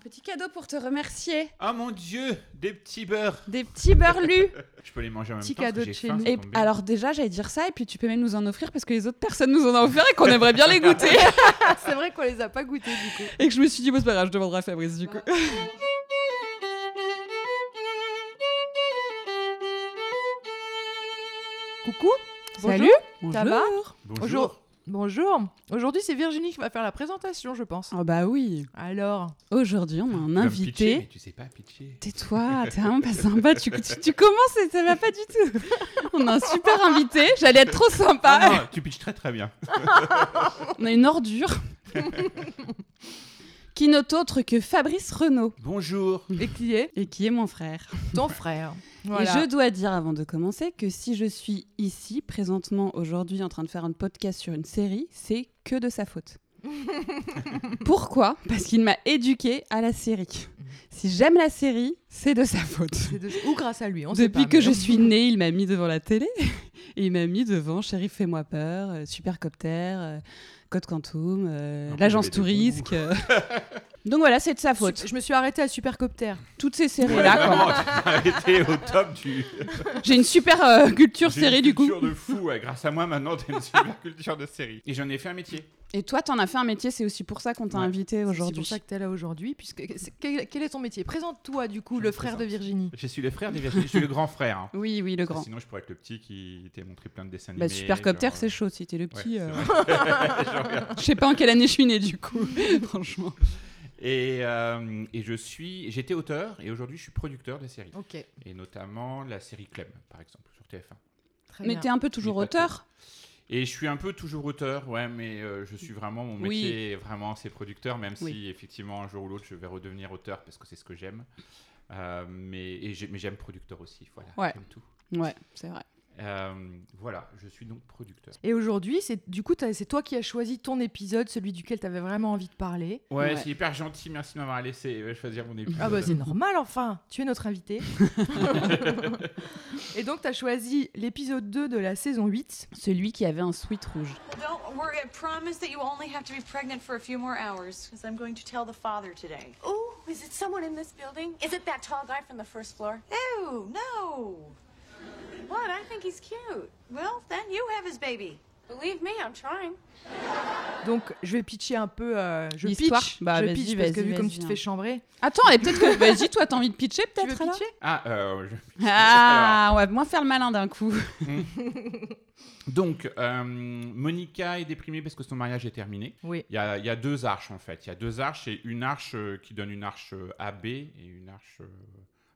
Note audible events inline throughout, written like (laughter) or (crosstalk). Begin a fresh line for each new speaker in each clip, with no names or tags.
petit cadeau pour te remercier.
Ah mon dieu, des petits beurres.
Des petits beurlus.
Je peux les manger en même
Petit
temps. parce
cadeau
que
de
j'ai
chez
faim,
nous.
(laughs) ça
Et
tombe bien.
alors déjà, j'allais dire ça, et puis tu peux même nous en offrir parce que les autres personnes nous en ont offert et qu'on aimerait bien les
(laughs)
goûter.
c'est vrai qu'on les a pas goûtés du coup.
et que je me suis dit, bon, c'est pas grave, je demanderai à Fabrice du coup.
Coucou.
Salut.
Ça va
Bonjour.
Bonjour. Aujourd'hui, c'est Virginie qui va faire la présentation, je pense.
Ah bah oui.
Alors,
Aujourd'hui, on a
Tu
un
vas me pitcher, mais
invité.
tu sais pas pitcher.
Tais-toi, t'es vraiment pas sympa. Tu, tu, tu commences et ça va pas du tout. On a un super invité. J'allais être trop
Ah
sympa. (laughs)
non, tu pitches très très bien.
On a une ordure.
(laughs)
qui n'est autre que Fabrice Renaud.
Bonjour.
et qui est
Et qui est mon frère.
ton frère
Et je dois dire avant de commencer que si je suis ici, présentement, aujourd'hui, en train de faire un podcast sur une série, c'est que de sa
(laughs)
faute. Pourquoi Parce qu'il m'a éduqué à la série. Si j'aime la série, c'est de sa faute.
C'est de- Ou grâce à lui, on sait
Depuis
pas,
que
mais-
je suis née, il m'a mis devant la télé. (laughs) Et il m'a mis devant Shérif Fais-moi peur, euh, Supercopter, euh, Code Quantum, euh,
En plus,
l'agence
j'avais des
Tourisque.
(laughs)
euh. Donc voilà, c'est de sa faute.
Je me suis arrêtée à Supercopter.
Toutes ces séries-là, quoi.
Vraiment, tu as été au top du.
J'ai une super euh, culture
J'ai
série
une
du coup.
Culture de fou. ouais. Grâce à moi, maintenant, t'as une super culture de série. Et j'en ai fait un métier.
Et toi, t'en as fait un métier, c'est aussi pour ça qu'on t'a
Ouais.
invité
C'est
aujourd'hui.
pour ça que t'es là aujourd'hui, puisque c'est- quel, quel est ton métier Présente-toi du coup,
Je
le
me
frère de
présente.
Virginie.
Je suis le frère des Virginie. Je suis le grand frère. hein.
Oui, oui, le
Parce que
grand.
Sinon, je pourrais être le petit qui t'a montré plein de dessins
Bah,
animés.
Supercopter,
genre,
c'est chaud. Si t'es le
Ouais,
petit,
c'est
euh,
vrai. (laughs)
je sais pas en quelle année je suis née du coup,
(laughs)
franchement.
Et, euh, et je suis, j'étais auteur et aujourd'hui je suis producteur de séries.
Ok,
Et notamment la série Clem, par exemple, sur TF1.
très
Mais
bien.
t'es un peu toujours
pas
auteur.
Et je suis un peu toujours auteur, ouais, mais euh, je suis vraiment, mon
Oui.
métier est vraiment c'est producteur, même
Oui.
si effectivement un jour ou l'autre je vais redevenir auteur parce que c'est ce que j'aime. Euh, mais et j'ai- mais j'aime producteur aussi, voilà,
Ouais.
j'aime tout.
Ouais, c'est vrai.
Euh, voilà, je suis donc producteur.
Et aujourd'hui, c'est du coup, t'as- c'est toi qui as choisi ton épisode, celui duquel t'avais vraiment envie de parler.
Ouais,
Ouais.
c'est hyper gentil, merci de m'avoir laissé euh, choisir mon épisode.
Ah bah c'est normal enfin, tu es
(laughs)
notre invité. Et donc t'as choisi l'épisode 2 de la saison 8.
Celui qui avait un sweat rouge.
Don't worry, I promise that you only have to be pregnant for a few more hours, because I'm going to tell the father today.
Oh, is it someone in this building? Is it that tall guy from the first floor?
Ew, no.
What? I think he's cute.
Well, then you have his baby.
Believe me, I'm trying.
Donc je vais pitcher un peu, euh, je
L'histoire
pitch,
Bah,
je
vas-y,
pitch parce que
vas-y,
vu comme
vas-y,
tu te
hein.
fais chambrer,
Attends, et peut-être que. Vas-y, toi, t'as envie de pitcher
tu veux
peut-être alors
pitcher
Ah, euh, je-
Ah, on va moins faire le malin d'un coup.
Donc, euh, Monica est déprimée parce que son mariage est terminé.
Oui.
Il y a, il y a deux arches, en fait. Il y a deux arches et une arche euh, qui donne une arche euh, AB et une arche euh,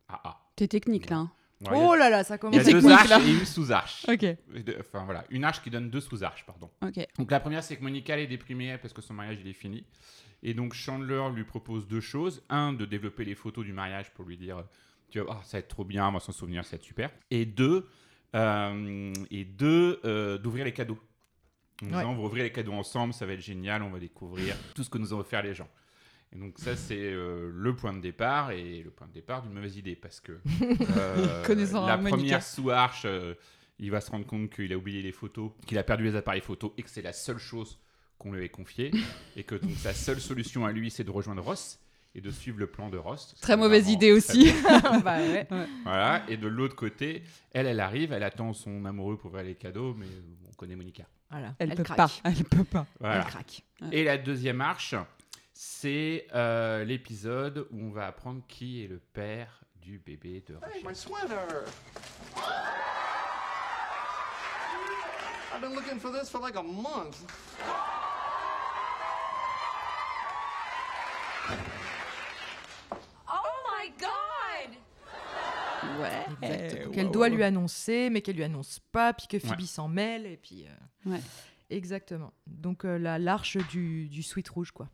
AA.
T'es technique là. hein.
Ouais,
Oh là là,
il y
ça
a,
commence.
il y a deux
(laughs)
technique,
arches
là.
et une sous-arche.
Ok,
Et deux- Enfin, voilà. Une arche qui donne deux sous-arches, pardon.
ok.
Donc, la première, c'est que Monica elle est déprimée parce que son mariage, il est fini. Et donc, Chandler lui propose deux choses. Un, de développer les photos du mariage pour lui dire « Tu vas voir, ça va être trop bien, moi, sans souvenir, ça va être super. » Et deux, euh, et deux euh, d'ouvrir les cadeaux. En disant,
Ouais.
on va ouvrir les cadeaux ensemble, ça va être génial, on va découvrir tout ce que nous ont offert les gens. Et donc ça, c'est euh, le point de départ et le point de départ d'une mauvaise idée parce que (laughs) euh,
Connaissant
la
Monica.
première sous-arche, euh, il va se rendre compte qu'il a oublié les photos, qu'il a perdu les appareils photos et que c'est la seule chose qu'on lui ait confiée et que donc sa seule solution à lui, c'est de rejoindre Ross et de suivre le plan de Ross.
Très mauvaise idée
Vraiment très
aussi. (laughs)
Bah ouais.
voilà, et de l'autre côté, elle, elle arrive, elle attend son amoureux pour ouvrir les cadeaux, mais euh, on connaît Monica.
Voilà,
Elle, peut
craque.
pas. Elle peut pas.
Voilà.
Elle craque.
Et la deuxième arche, c'est euh, l'épisode où on va apprendre qui est le père du bébé de Rachel.
My sweater. I've been looking for this for like a month.
Oh my God!
Ouais.
Exact.
Eh,
Donc,
ouais,
elle
ouais,
doit
ouais.
lui annoncer, mais qu'elle lui annonce pas, puis que Phoebe
Ouais.
s'en mêle, et puis. euh,
Ouais.
Exactement. Donc euh, la l'arche du, du sweat rouge, quoi.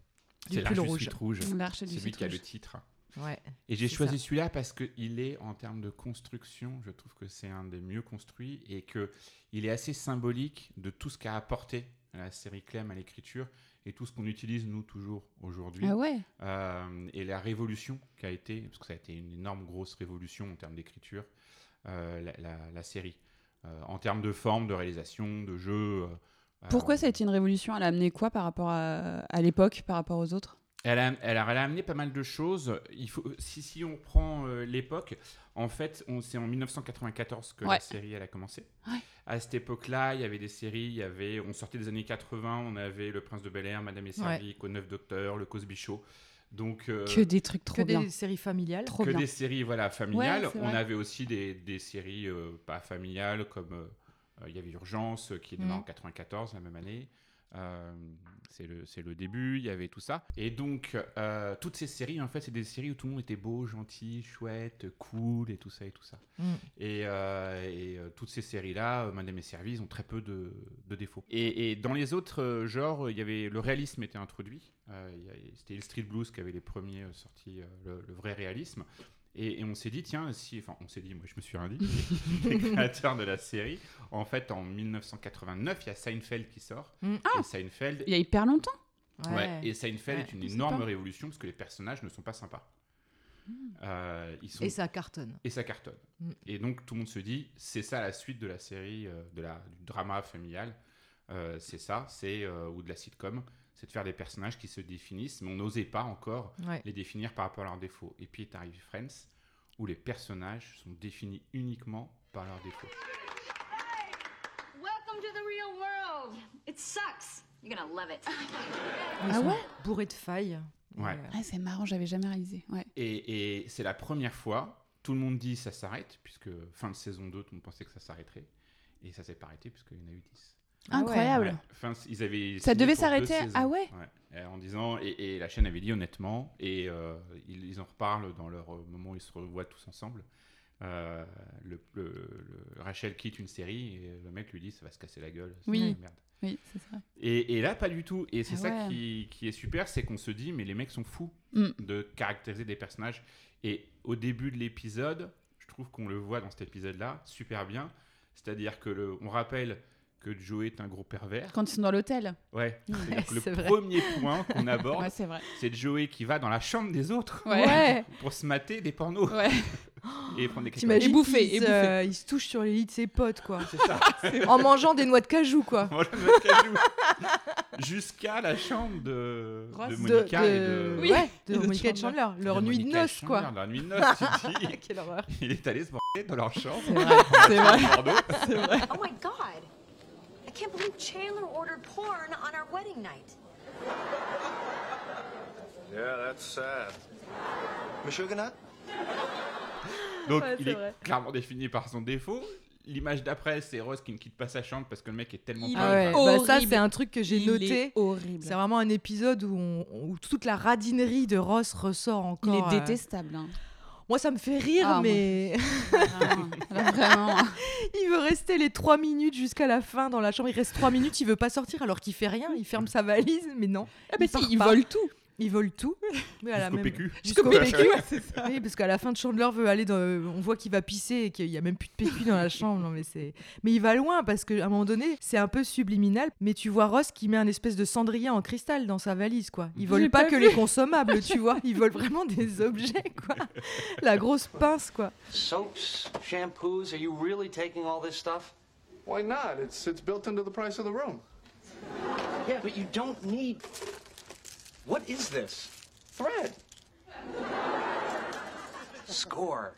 Du
C'est
pull
l'arche du
rouge.
suite rouge.
L'arche
C'est
du
lui
sweat
qui a
rouge.
le titre.
Ouais.
Et j'ai
C'est
choisi celui-là parce qu'il est, en termes de construction, je trouve que c'est un des mieux construits et que il est assez symbolique de tout ce qu'a apporté la série Clem à l'écriture et tout ce qu'on utilise, nous, toujours aujourd'hui.
Ah ouais.
Euh, et la révolution qui a été, parce que ça a été une énorme grosse révolution en termes d'écriture, euh, la, la- la série. Euh, en termes de forme, de réalisation, de jeu. euh,
Pourquoi
euh,
ça a été une révolution Elle a amené quoi par rapport à, à l'époque, par rapport aux autres
Elle a, elle, a, elle a amené pas mal de choses. Il faut, si, si on prend euh, l'époque, en fait, on- c'est en 1994 que
Ouais.
la série elle a commencé.
Ouais.
À cette époque-là, il y avait des séries, il y avait, on sortait des années 80, on avait Le Prince de Bel Air, Madame et Servie, Au Neuf Docteur, Le Cosby Show. Donc, euh,
Que des trucs trop
que
bien.
des séries familiales.
Trop
que
bien.
des séries voilà familiales.
Ouais, c'est
on
vrai.
avait aussi des, des séries euh, pas familiales comme euh, euh, il y avait Urgence euh, qui est
Mm.
démarré
Mhm.
en 94 la même année. Euh, c'est le c'est le début. Il y avait tout ça. Et donc euh, toutes ces séries en fait c'est des séries où tout le monde était beau, gentil, chouette, cool et tout ça et tout ça.
Mm.
Et, euh, et, euh, toutes ces séries-là, euh, Madame et Service, ont très peu de, de défauts. Et, et dans les autres euh, genres, il y avait le réalisme était introduit. Euh, il y a- C'était Hill Street Blues qui avait les premiers euh, sortis euh, le, le vrai réalisme. Et, et on s'est dit, tiens, si. Enfin, on s'est dit, moi je me suis rien dit, mais (laughs) les créateurs de la série. En fait, en 1989, il y a Seinfeld qui sort.
Mm.
Et Seinfeld.
Il y a hyper longtemps.
Ouais, Et Seinfeld
Ouais,
est une
je sais
énorme
pas. Hmm.
révolution parce que les personnages ne sont pas sympas. Euh, ils sont
Et ça cartonne.
et ça cartonne.
Mm.
Et donc tout le monde se dit, c'est ça la suite de la série, euh, de la, du drama familial, Euh, c'est ça, c'est euh, ou de la sitcom, c'est de faire des personnages qui se définissent, mais on n'osait pas encore
Ouais.
les définir par rapport à leurs défauts. Et puis est arrivé Friends, où les personnages sont définis uniquement par leurs défauts.
Welcome to the real world. It sucks. You're gonna love it.
Ils
Ah
sont
ouais
bourrés de failles.
Ouais.
Et, euh,
Ah, c'est marrant, j'avais jamais réalisé. Ouais.
Et, et c'est la première fois, tout le monde dit ça s'arrête, puisque fin de saison 2, tout le monde pensait que ça s'arrêterait. Et ça s'est pas arrêté, puisqu'il y en a eu 10.
Ah ouais.
Incroyable.
Ouais. Enfin, ils avaient
Ça
signé
devait
pour deux
s'arrêter,
saisons.
ah ouais
Euh, En disant, et, et la chaîne avait dit honnêtement, et euh, ils, ils en reparlent dans leur euh, moment où ils se revoient tous ensemble. Euh, le, le- le- Rachel quitte une série et le mec lui dit ça va se casser la gueule. c'est
Oui.
de la merde.
Oui, c'est ça.
Et, et là, pas du tout. Et c'est
Ah
ça
ouais.
qui, qui est super, c'est qu'on se dit, mais les mecs sont fous
Mm.
de caractériser des personnages. Et au début de l'épisode, je trouve qu'on le voit dans cet épisode-là super bien. C'est-à-dire que le- on rappelle que Joey est un gros pervers.
Quand ils sont dans l'hôtel. (laughs)
Ouais, c'est-à-dire que
c'est
le
vrai.
premier point qu'on aborde,
Ouais,
(laughs)
c'est vrai.
c'est Joey qui va dans la chambre des autres
Ouais.
(laughs) pour se mater des pornos
Ouais.
et prendre des cacahuètes.
T'imagines
Et bouffer,
qu'ils
et
se-
bouffer.
ils se touchent sur les lits de ses potes, quoi.
C'est
(laughs)
ça.
en mangeant des noix de cajou, quoi.
(laughs) Voilà, notre cajou. Jusqu'à la chambre de, de
Grosse-
Monica
de-
et de,
Oui.
ouais, de
Et (laughs) de
Monica et de
Chandler.
Chandler. Leur
de
nuit de
Monica
noces,
Chandler,
quoi.
Leur nuit de noces, tu dis.
(laughs) Quelle
(laughs)
horreur.
Il est allé se border dans leur chambre.
C'est vrai. C'est vrai.
Porno.
Oh my god. I can't believe Chandler ordered porn on our wedding night.
Yeah, that's sad. Sugar Nut?
Donc
Ouais,
il
c'est
est
vrai.
clairement défini par son défaut. L'image d'après, c'est Rose qui ne quitte pas sa chambre parce que le mec est tellement
Il
pas-
Ah ouais.
Bah, ça,
Horrible.
c'est un truc que (laughs) j'ai
Il
noté.
est horrible.
C'est vraiment un épisode où, on- où toute la radinerie de Ross ressort
Il
encore.
est
euh.
détestable. (laughs) hein.
Moi, ça me fait rire,
Ah, moi
mais
Vraiment. Alors, Ah, vraiment.
(laughs) Ah, il veut rester les 3 minutes jusqu'à la fin dans la chambre. Il reste 3 minutes, il veut pas sortir alors qu'il fait rien. Il ferme sa valise, mais non.
mais
Il
Ah,
part
bah si, ils
pas.
volent tout.
Il vole tout. (laughs) Oui, à la
Jusqu'au
même-
PQ.
Jusqu'au
Jusqu'au
PQ, ouais, c'est ça. Oui, parce qu'à la fin, Chandler veut aller dans. On voit qu'il va pisser et qu'il y a même plus de PQ dans la chambre. Non, mais c'est. Mais il va loin parce qu'à un moment donné, c'est un peu subliminal. Mais tu vois Ross qui met un espèce de cendrier en cristal dans sa valise, quoi. Il vole
J'ai
pas,
pas
que
vu.
les consommables, tu vois. Il vole vraiment des objets, quoi. La grosse pince, quoi.
Soaps, shampoos, are you really taking all this stuff?
Why not? It's it's built into the price of the room.
Yeah, but you don't need. What is
(laughs)
this?
Thread.
Score.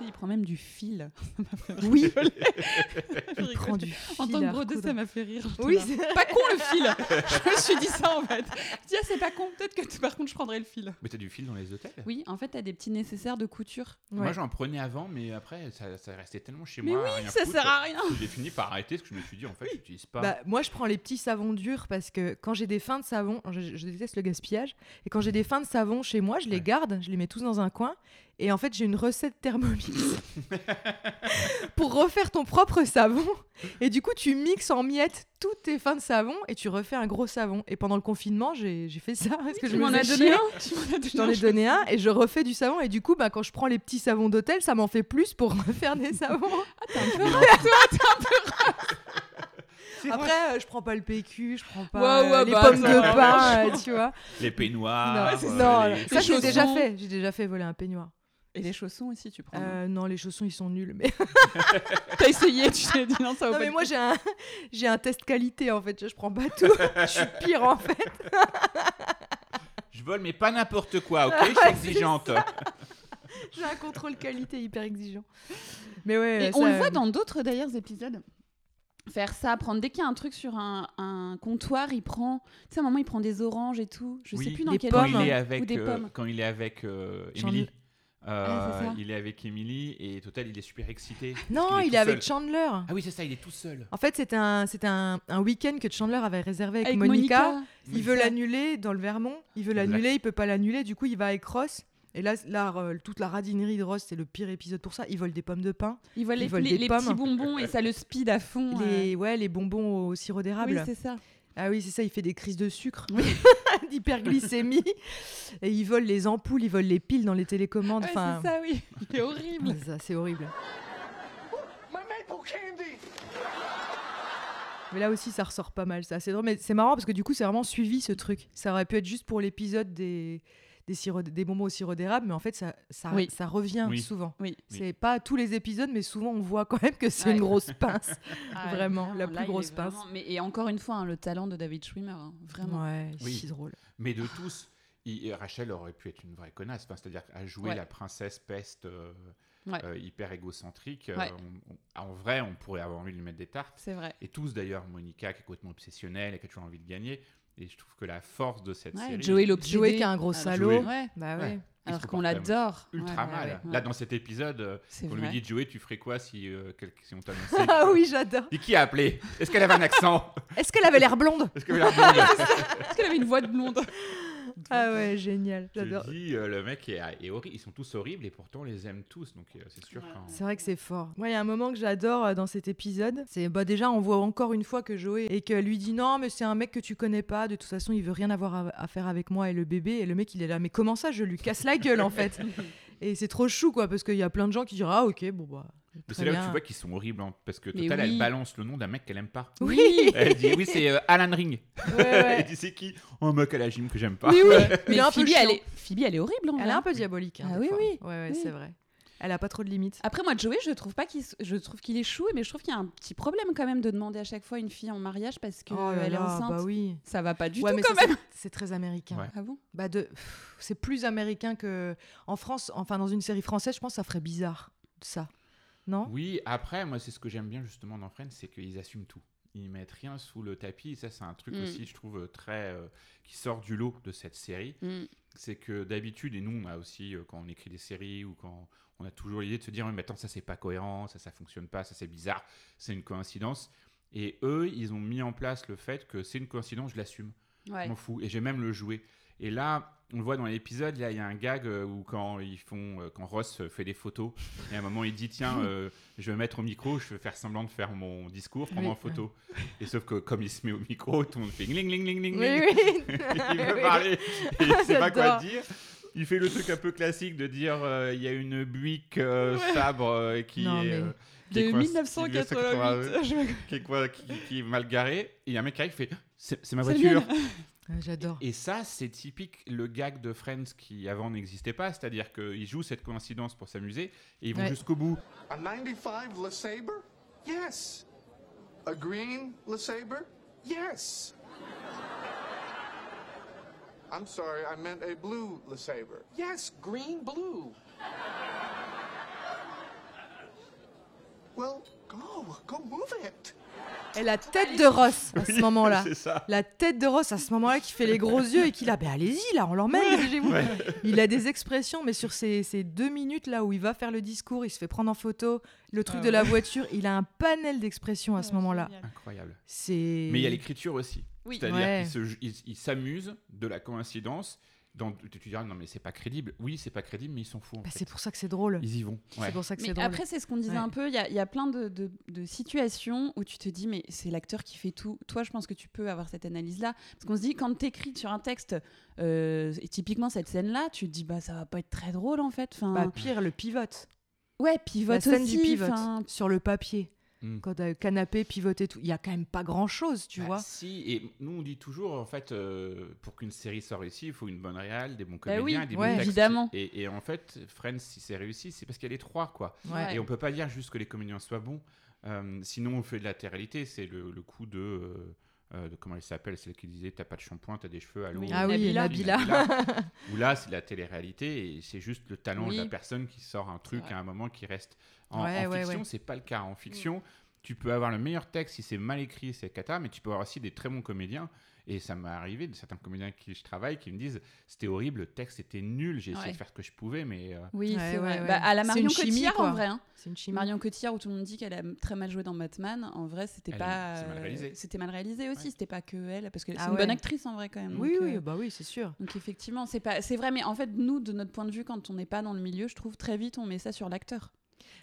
Il prend même du fil. (laughs)
Oui.
Je
Il prend
rigole.
du
En
fil
tant
à
que brodeuse,
recoudre.
ça m'a fait rire.
Oui,
Putain.
c'est
pas con le fil. (laughs) Je me suis dit ça en fait. Je dis, ah, c'est pas con. Peut-être que t- par contre, je prendrais le fil.
Mais t'as du fil dans les hôtels
Oui, en fait, t'as des petits nécessaires de couture.
Moi,
Ouais.
j'en prenais avant, mais après, ça, ça restait tellement chez
Mais
moi. à
oui,
rien
ça
foutre,
sert à rien.
que J'ai fini par arrêter parce que je me suis dit, en fait, j'utilise pas.
Bah, moi, je prends les petits savons durs parce que quand j'ai des fins de savon, je, je déteste le gaspillage. Et quand j'ai des fins de savon chez moi, je les
Ouais.
garde, je les mets tous dans un coin. Et en fait, j'ai une recette
(laughs)
Thermomix pour refaire ton propre savon. Et du coup, tu mixes en miettes toutes tes fins de savon et tu refais un gros savon. Et pendant le confinement, j'ai j'ai fait ça. Parce que je
tu m'en
me
as
faisais
donné
chier.
un Tu m'en as
Je t'en ai
donné un
donné un et je refais du savon. Et du coup, bah, quand je prends les petits savons d'hôtel, ça m'en fait plus pour (laughs) refaire des savons.
C'est vrai.
Après, euh, je prends pas le PQ, je prends pas
Ouais, ouais,
euh, les
bah,
pommes
ça
de
va, (laughs)
pain, euh, tu vois.
Les peignoirs.
non,
euh,
non,
les-
ça
chaussons.
j'ai
Ah
déjà fait. J'ai déjà fait voler un peignoir.
Et les chaussons aussi, tu prends.
Euh, non, les chaussons ils sont nuls. Mais,
T'as essayé, tu t'es dit (laughs) non, ça va
non,
pas.
mais
du
moi
tout.
j'ai un, (laughs)
(laughs)
j'ai un test qualité en fait. Je prends pas tout. je suis pire en fait.
Je vole, mais pas n'importe
(laughs)
quoi, ok Je suis exigeante.
J'ai un contrôle qualité hyper exigeant. Mais ouais.
Et
ça,
on le
euh,
voit dans d'autres d'ailleurs épisodes. Faire ça, prendre dès qu'il y a un truc sur un, un comptoir, il prend. Tu sais, à un moment, il prend des oranges et tout. Je sais
Oui,
plus dans
des
quel
quand
pommes,
il est avec,
ou des
euh,
pommes.
quand il est avec euh,
J'en-
Emily.
Ah, c'est
Euh,
ça.
il est avec Emily et total il est super excité.
Non,
parce
il
qu'il
est
tout seul.
avec Chandler.
Ah oui c'est ça, il est tout seul.
En fait, c'était un, c'était un, un week-end que Chandler avait réservé avec,
Avec
Monica.
Monica.
Il veut l'annuler dans le Vermont. Il veut
Exact.
l'annuler, il peut pas l'annuler. Du coup, il va avec Ross. Et là, là, euh, toute la radinerie de Ross, c'est le pire épisode pour ça. Ils volent des pommes de pain.
Il voit
Il
les,
vole
les-
des
les
pommes.
petits bonbons et ça le speed à fond. euh.
Les, ouais, les bonbons au sirop
Oui,
d'érable.
c'est ça.
ah oui, c'est ça, il fait des crises de sucre, (laughs) d'hyperglycémie. Et il vole les ampoules, il vole les piles dans les télécommandes.
Ouais,
Enfin,
c'est ça, oui. (laughs) Il est horrible.
ça, c'est horrible.
My maple candy!
Mais là aussi, ça ressort pas mal, ça. C'est drôle, mais c'est marrant parce que du coup, c'est vraiment suivi ce truc. Ça aurait pu être juste pour l'épisode des des, sirops- des bonbons au sirop d'érable, mais en fait, ça ça,
Oui.
ça revient
Oui.
souvent.
Oui.
C'est pas tous les épisodes, mais souvent on voit quand même que c'est
Ouais.
une grosse
(laughs)
pince.
Ah,
Vraiment, la plus
là, il est
grosse pince.
vraiment- Mais, et encore une fois, hein, le talent de David Schwimmer. hein, Vraiment.
ouais,
Oui.
c'est drôle.
Mais de tous, il- Rachel aurait pu être une vraie connasse, Enfin, c'est-à-dire à jouer
Ouais.
la princesse peste euh,
Ouais.
euh, hyper égocentrique. euh,
Ouais.
on- on- en vrai, on pourrait avoir envie de lui mettre des tartes.
C'est vrai.
Et tous d'ailleurs, Monica qui est complètement obsessionnelle et qui a toujours envie de gagner. Et je trouve que la force de cette
Ouais,
série,
Joey l'obsédé.
Joey qui est un gros
Alors-
salaud.
Joey.
Ouais.
Bah
Ah,
ouais.
Ouais. il se
Alors qu'on
comporte quand même
l'adore.
ultra
Ouais, ouais,
mal.
ouais.
Là, dans cet épisode, euh,
C'est
on
vrai.
lui dit Joey, tu ferais quoi si, euh, quel-
(laughs)
si on t'annonçait
(laughs) Ah
que-
oui, j'adore.
Et qui a appelé Est-ce qu'elle avait un accent
Est-ce qu'elle avait
(laughs)
l'air blonde
Est-ce qu'elle avait l'air blonde
Est-ce qu'elle avait une voix de (laughs) blonde
Ah ouais, génial. J'adore.
Je dis, euh, le mec est, est horrible. Ils sont tous horribles et pourtant on les aime tous. Donc euh, c'est sûr. qu'en-
C'est vrai que c'est fort. Moi, il y a un moment que j'adore euh, dans cet épisode. C'est bah déjà, on voit encore une fois que Joey et que lui dit non, mais c'est un mec que tu connais pas. De toute façon, il veut rien avoir à, à faire avec moi et le bébé. Et le mec, il est là. Mais comment ça, je lui casse la gueule en
(laughs)
fait Et c'est trop chou quoi, parce qu'il y a plein de gens qui diront ah ok bon bah.
Mais
très
c'est là où
bien.
tu vois qu'ils sont horribles hein, parce que
Mais
Total,
oui.
elle balance le nom d'un mec qu'elle aime pas.
Oui.
Elle dit oui, c'est euh, Alan Ring.
Ouais, ouais.
(laughs) Elle dit c'est qui Oh, Un mec à la gym que j'aime pas.
Oui, oui. Il est
Mais
un peu
Phoebe, elle
chiant.
est... Phoebe, elle est horrible. en
Elle
vrai.
est un peu diabolique. hein,
Ah
des
oui,
fois.
oui.
Ouais, ouais,
Oui.
c'est vrai. Elle a pas trop de limites.
Après, moi, Joey, je trouve pas qu'il, s- je trouve qu'il est chou, mais je trouve qu'il y a un petit problème quand même de demander à chaque fois une fille en mariage parce qu'elle
oh là
est
là,
enceinte.
bah oui.
Ça va pas du
Ouais,
tout
mais
quand
ça, c'est-
même.
C'est très américain.
Ouais.
Ah bon
Bah de, pff, c'est plus américain que en France. Enfin, dans une série française, je pense que ça ferait bizarre ça, non
Oui, après, moi, c'est ce que j'aime bien justement dans Friends, c'est qu'ils assument tout. Ils mettent rien sous le tapis. Et ça, c'est un truc
Mm.
aussi, je trouve, euh, très. euh, qui sort du lot de cette série.
Mm.
C'est que d'habitude, et nous, on a aussi, euh, quand on écrit des séries ou quand on a toujours l'idée de se dire, Ouais, mais attends, ça, c'est pas cohérent, ça, ça fonctionne pas, ça, c'est bizarre, c'est une coïncidence. Et eux, ils ont mis en place le fait que c'est une coïncidence, je l'assume.
Ouais.
Je m'en fous. Et j'ai même le joué. Et là, on le voit dans l'épisode, là, il y a un gag euh, où quand ils font, euh, quand Ross euh, fait des photos, et à un moment, il dit tiens, euh, je vais me mettre au micro, je vais faire semblant de faire mon discours, prendre
Oui.
en photo. Et sauf que comme il se met au micro, tout le monde fait ling ling ling ling ling.
oui.
il veut
(laughs) Oui.
parler, et il sait pas quoi
J'adore.
dire. Il fait le truc un peu classique de dire euh, il y a une buick euh, sabre euh, qui
Non,
est
mais
euh, qui est
De
coin-
1988. (laughs) Je me-
qui est quoi- qui- qui est mal garée. Et il y a un mec qui arrive, il fait c'est c'est ma
C'est le
voiture.
Ah, J'adore.
Et ça, c'est typique le gag de Friends qui avant n'existait pas, c'est-à-dire qu'ils jouent cette coïncidence pour s'amuser et ils vont
Ouais.
jusqu'au bout.
A 95 LeSabre? Yes. A green LeSabre? Yes. I'm sorry, I meant a blue LeSabre. Yes, green, blue. Well, go. Go move it.
Et la tête de Ross à ce moment-là.
c'est ça.
La tête de Ross à ce moment-là qui fait les gros yeux et qui là, ben allez-y là, on l'emmène, dépêchez-vous. (laughs) Il a des expressions, mais sur ces, ces deux minutes là où il va faire le discours, il se fait prendre en photo, le truc
Ah
de la voiture, il a un panel d'expressions à ce moment-là.
Incroyable.
C'est.
Mais il y a l'écriture aussi.
Oui.
C'est-à-dire
Ouais.
qu'ils se- ils- ils s'amusent de la coïncidence. Dans, tu tu diras non mais c'est pas crédible. Oui c'est pas crédible mais ils s'en foutent. en
Bah,
fait.
c'est pour ça que c'est drôle.
Ils y vont. Ouais.
C'est pour ça que
Mais
c'est drôle.
après, c'est ce qu'on disait
Ouais.
un peu. Il y, a- il y a plein de, de- de situations où tu te dis, mais c'est l'acteur qui fait tout. Toi, je pense que tu peux avoir cette analyse-là. Parce qu'on se dit, quand tu écris sur un texte, euh, et typiquement cette scène-là, tu te dis, bah, ça va pas être très drôle en fait. Enfin,
Bah, pire, le pivote.
ouais, pivote
la scène
aussi.
du pivote
enfin,
sur le papier.
Mm.
Quand euh, canapé, pivot et tout, il y a quand même pas grand chose, tu
Bah,
vois.
Si et nous on dit toujours en fait euh, pour qu'une série soit réussie il faut une bonne réal, des bons comédiens,
oui,
des
Bah ouais,
bons textes.
évidemment.
Et, et en fait Friends si c'est réussi c'est parce qu'elle est trois quoi.
Ouais.
Et on peut pas dire juste que les comédiens soient bons. Euh, sinon, on fait de la réalité. C'est le, le coup de. euh, euh, de- comment elle s'appelle, celle qui disait T'as pas de shampoing, t'as des cheveux, allô
Oui.
Ah oui,
Nabila.
Nabila.
Où là, c'est de la télé-réalité et c'est juste le talent de la
Oui.
personne qui sort un truc
vrai.
à un moment qui reste en,
Ouais,
en
ouais,
fiction.
ouais. Mm.
C'est pas le cas. En fiction, tu peux avoir le meilleur texte si c'est mal écrit, c'est cata, mais tu peux avoir aussi des très bons comédiens. Et ça m'est arrivé de certains comédiens avec qui je travaille qui me disent C'était horrible, le texte était nul, j'ai essayé
Ouais.
de faire ce que je pouvais, mais. euh,
Oui,
Ouais,
c'est
ouais,
vrai.
ouais.
Bah, à la
C'est
Marion
une chimie,
Cotillard,
quoi.
en vrai. hein.
(laughs) C'est une chimie.
Marion Cotillard, où tout le monde dit qu'elle a très mal joué dans Batman, en vrai, c'était
Elle a-
pas.
c'est mal
euh,
réalisé.
C'était mal réalisé aussi,
Ouais.
c'était pas que elle, parce que c'est
Ah
une
ouais.
bonne actrice en vrai quand même.
Oui,
donc,
oui,
euh,
bah oui, c'est sûr.
Donc effectivement, c'est pas, c'est vrai, mais en fait, nous, de notre point de vue, quand on n'est pas dans le milieu, je trouve très vite on met ça sur l'acteur.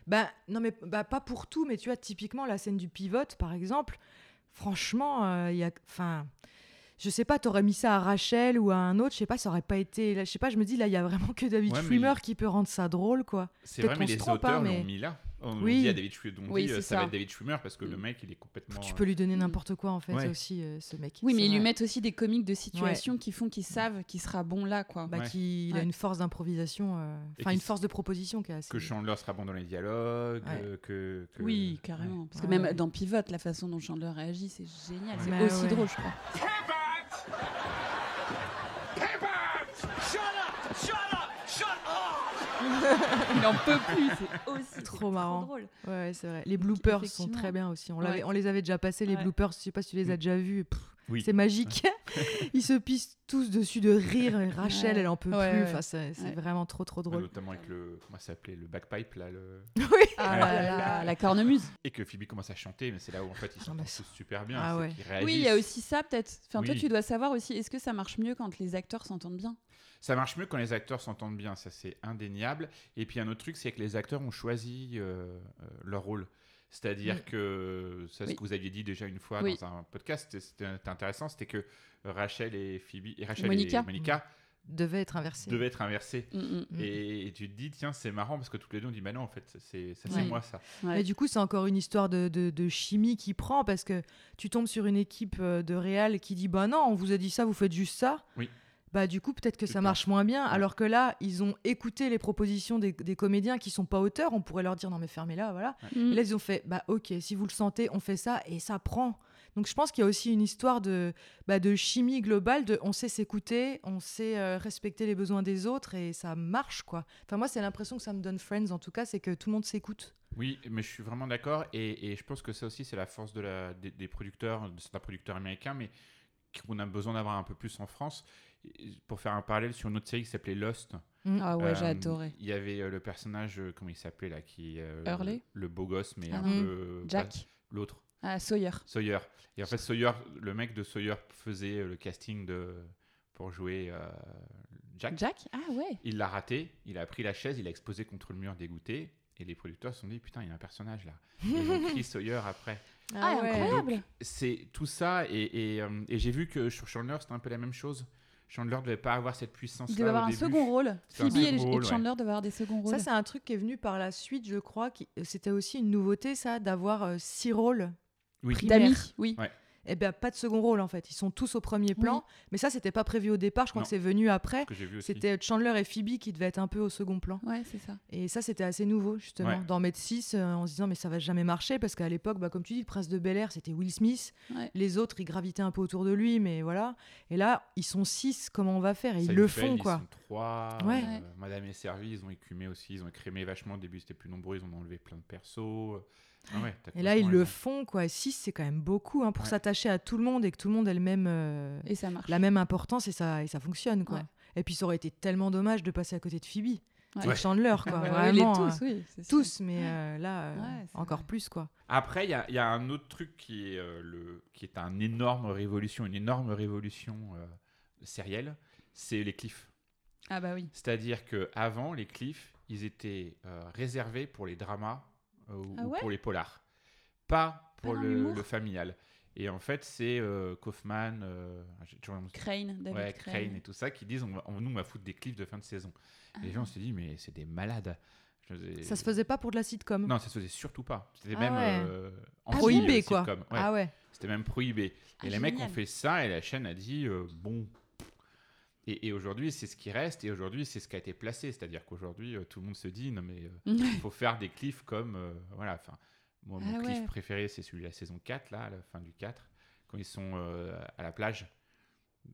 Bah non, mais bah, pas pour tout, mais tu vois, typiquement la scène du pivote, par exemple, franchement, euh, il y a. Enfin. Je sais pas, t'aurais mis ça à Rachel ou à un autre, je sais pas, ça aurait pas été. là, Je sais pas, je me dis, là, il y a vraiment que David
Ouais, mais
Schwimmer
il-
qui peut rendre ça drôle, quoi.
C'est
Peut-être
vrai, mais
qu'on se
les
trompe, hein,
auteurs
mais-
l'ont mis là. On
Oui.
dit à Oh, David Schwimmer, on
Oui,
dit, euh,
c'est
ça va
ça.
être David Schwimmer parce que le
Mm.
mec, il est complètement.
Tu
euh,
peux lui donner
Mm.
n'importe quoi, en fait,
Ouais.
aussi, euh, ce mec.
Oui, mais
C'est
ils lui
vrai.
mettent aussi des comiques de situation qui font qu'ils savent qu'il sera bon là, quoi.
Bah,
Ouais.
qui, il a
Ouais.
une force d'improvisation, euh,
Et
enfin
qui
une
s-
force de proposition qui est assez.
que Chandler sera bon dans les dialogues,
Ouais.
euh, que, que-
oui, carrément. Parce que
Ouais,
même
ouais.
dans Pivot, la façon dont Chandler réagit, c'est génial. C'est
Bah
aussi
ouais.
drôle, je crois.
Shut up! Shut up! Shut up!
Il en peut plus, c'est aussi
Trop
c'est
marrant.
drôle.
Ouais, ouais, c'est vrai. Les bloopers sont
effectivement.
très bien aussi. On,
Ouais.
l'avait- on les avait déjà passés, les
Ouais.
bloopers. Je sais pas si tu les as
Mm.
déjà vus. Pff,
Oui.
C'est magique. (laughs) Ils se pissent tous dessus de rire. Et Rachel,
Ouais.
elle en peut
Ouais,
plus.
ouais.
Enfin, c'est c'est
Ouais.
vraiment trop, trop
Ouais,
drôle.
notamment avec le comment ça s'appelait le backpipe là le...
Oui.
Ah là là, la cornemuse.
et que Phoebe commence à chanter mais c'est là où en fait ils
Ah,
bah,
s'entendent
mais
tous super bien
Ah
c'est
ouais.
qu'ils réagissent.
Oui, il y a aussi ça peut-être. Enfin, toi,
Oui.
tu dois savoir aussi, est-ce que ça marche mieux quand les acteurs s'entendent bien
ça marche mieux quand les acteurs s'entendent bien ça c'est indéniable et puis un autre truc c'est que les acteurs ont choisi euh, euh, leur rôle c'est-à-dire que ça ce
Oui.
que vous aviez dit déjà une fois
Oui.
dans un podcast c'était- c'était intéressant c'était que Rachel et Phoebe et Rachel
Monica.
et Monica
Devait être inversé.
devaient être inversées
Mm, mm.
Mm.
et, et tu te dis tiens c'est marrant parce que toutes les deux on dit bah non en fait c'est ça c'est
Ouais.
moi ça
Ouais.
Mais du coup, c'est encore une histoire de, de- de chimie qui prend parce que tu tombes sur une équipe euh, de Real qui dit Bah non, on vous a dit ça, vous faites juste ça.
Oui.
Bah du coup, peut-être que
Tu
ça
penses.
marche moins bien. Alors que là, ils ont écouté les propositions des, des comédiens qui sont pas auteurs. On pourrait leur dire Non, mais fermez-la, voilà.
Mm.
Et là, ils ont fait Bah ok, si vous le sentez, on fait ça et ça prend. Donc je pense qu'il y a aussi une histoire de, bah, de chimie globale, de on sait s'écouter, on sait euh, respecter les besoins des autres et ça marche quoi. Enfin moi c'est l'impression que ça me donne Friends en tout cas, c'est que tout le monde s'écoute.
Oui, mais je suis vraiment d'accord. Et, et je pense que ça aussi, c'est la force de la, des, des producteurs, de certains producteurs américains, mais qu'on a besoin d'avoir un peu plus en France. Et Pour faire un parallèle sur une autre série qui s'appelait Lost.
Ah ouais, j'ai
euh,
adoré.
Il y avait euh, le personnage, euh, comment il s'appelait là qui, euh,
Hurley
Le beau gosse, mais
Ah
un
non.
peu. pas-
Jack,
L'autre,
ah, Sawyer.
Sawyer. Et en fait, Sawyer, le mec de Sawyer faisait euh, le casting de, pour jouer euh, Jack.
Jack Ah ouais.
Il l'a raté, il a pris la chaise, il a explosé contre le mur dégoûté. Et les producteurs se sont dit Putain, il y a un personnage là. Et ils
(laughs)
ont pris Sawyer après.
Ah, incroyable.
c'est tout ça et, et, euh, et j'ai vu que sur Chandler c'était un peu la même chose. Chandler devait pas avoir cette puissance.
Il devait avoir un second rôle.
C'est un
Phoebe et,
second rôle,
et Chandler devaient avoir des seconds rôles.
Ça, c'est un truc qui est venu par la suite, je crois. qui- euh, C'était aussi une nouveauté, ça, d'avoir euh, six rôles.
Oui.
primaires.
D'amis, oui.
Eh bien, pas de second rôle, en fait. Ils sont tous au premier plan. Mais ça, c'était pas prévu au départ. Je crois
Non.
que c'est venu après.
que j'ai vu aussi.
C'était Chandler et Phoebe qui devaient être un peu au second plan.
Ouais, c'est ça.
Et ça, c'était assez nouveau, justement,
Ouais.
d'en mettre 6 euh, en se disant, mais ça va jamais marcher, parce qu'à l'époque, bah, comme tu dis, le prince de Bel Air, c'était Will Smith.
Ouais.
Les autres, ils gravitaient un peu autour de lui, mais voilà. Et là, ils sont 6, comment on va faire Et
Ça
ils
lui
le
fait,
font,
ils
quoi.
sont trois.
Ouais.
euh, Madame et Servie, ils ont écumé aussi, ils ont écrémé vachement. Au début c'était plus nombreux, ils ont enlevé plein de persos. Ah ouais, t'as
Et là, ils
complètement
le
raison.
font, quoi. 6, c'est quand même beaucoup hein, pour
Ouais.
s'attacher à tout le monde et que tout le monde ait le même, euh,
Et ça marche.
la même importance et ça, et ça fonctionne, quoi.
Ouais.
Et puis, ça aurait été tellement dommage de passer à côté de Phoebe
Ouais.
et de Chandler, quoi.
Ouais, ouais,
Vraiment,
bah les
euh,
tous, oui. c'est sûr.
tous, mais euh, là, euh,
Ouais, c'est
encore
vrai.
plus, quoi.
Après, il y, a- il y a un autre truc qui est, euh, le, qui est un énorme révolution, une énorme révolution euh, sérielle, c'est les cliffs.
Ah bah oui.
C'est-à-dire que avant les cliffs, ils étaient euh, réservés pour les dramas euh, ou,
Ah
ou
ouais
pour les polars, pas pour
dans
le,
l'humour
le familial. Et en fait, c'est euh, Kaufman, euh, j'ai toujours le nom de-
Crane, David
ouais,
Crane. Ah
Crane et tout ça qui disent on, va- on- nous on va foutre des cliffs de fin de saison. Et les gens se disent mais c'est des malades. Je faisais-
Ça se faisait pas pour de la sitcom.
Non, ça se faisait surtout pas. C'était
Ah
même
ouais. Ah,
euh,
Prohibé,
anti-
quoi.
sitcom. Ouais,
Ah ouais.
C'était même prohibé.
Ah,
et les mecs ont
génial.
fait ça et la chaîne a dit euh, bon. Et, et aujourd'hui, c'est ce qui reste et aujourd'hui, c'est ce qui a été placé. C'est-à-dire qu'aujourd'hui, euh, tout le monde se dit non, mais euh,
(laughs)
il faut faire des cliffs comme. euh, voilà, enfin, moi, mon
Ah
cliff
ouais.
préféré, c'est celui de la saison 4, là, à la fin du 4, quand ils sont euh, à la plage.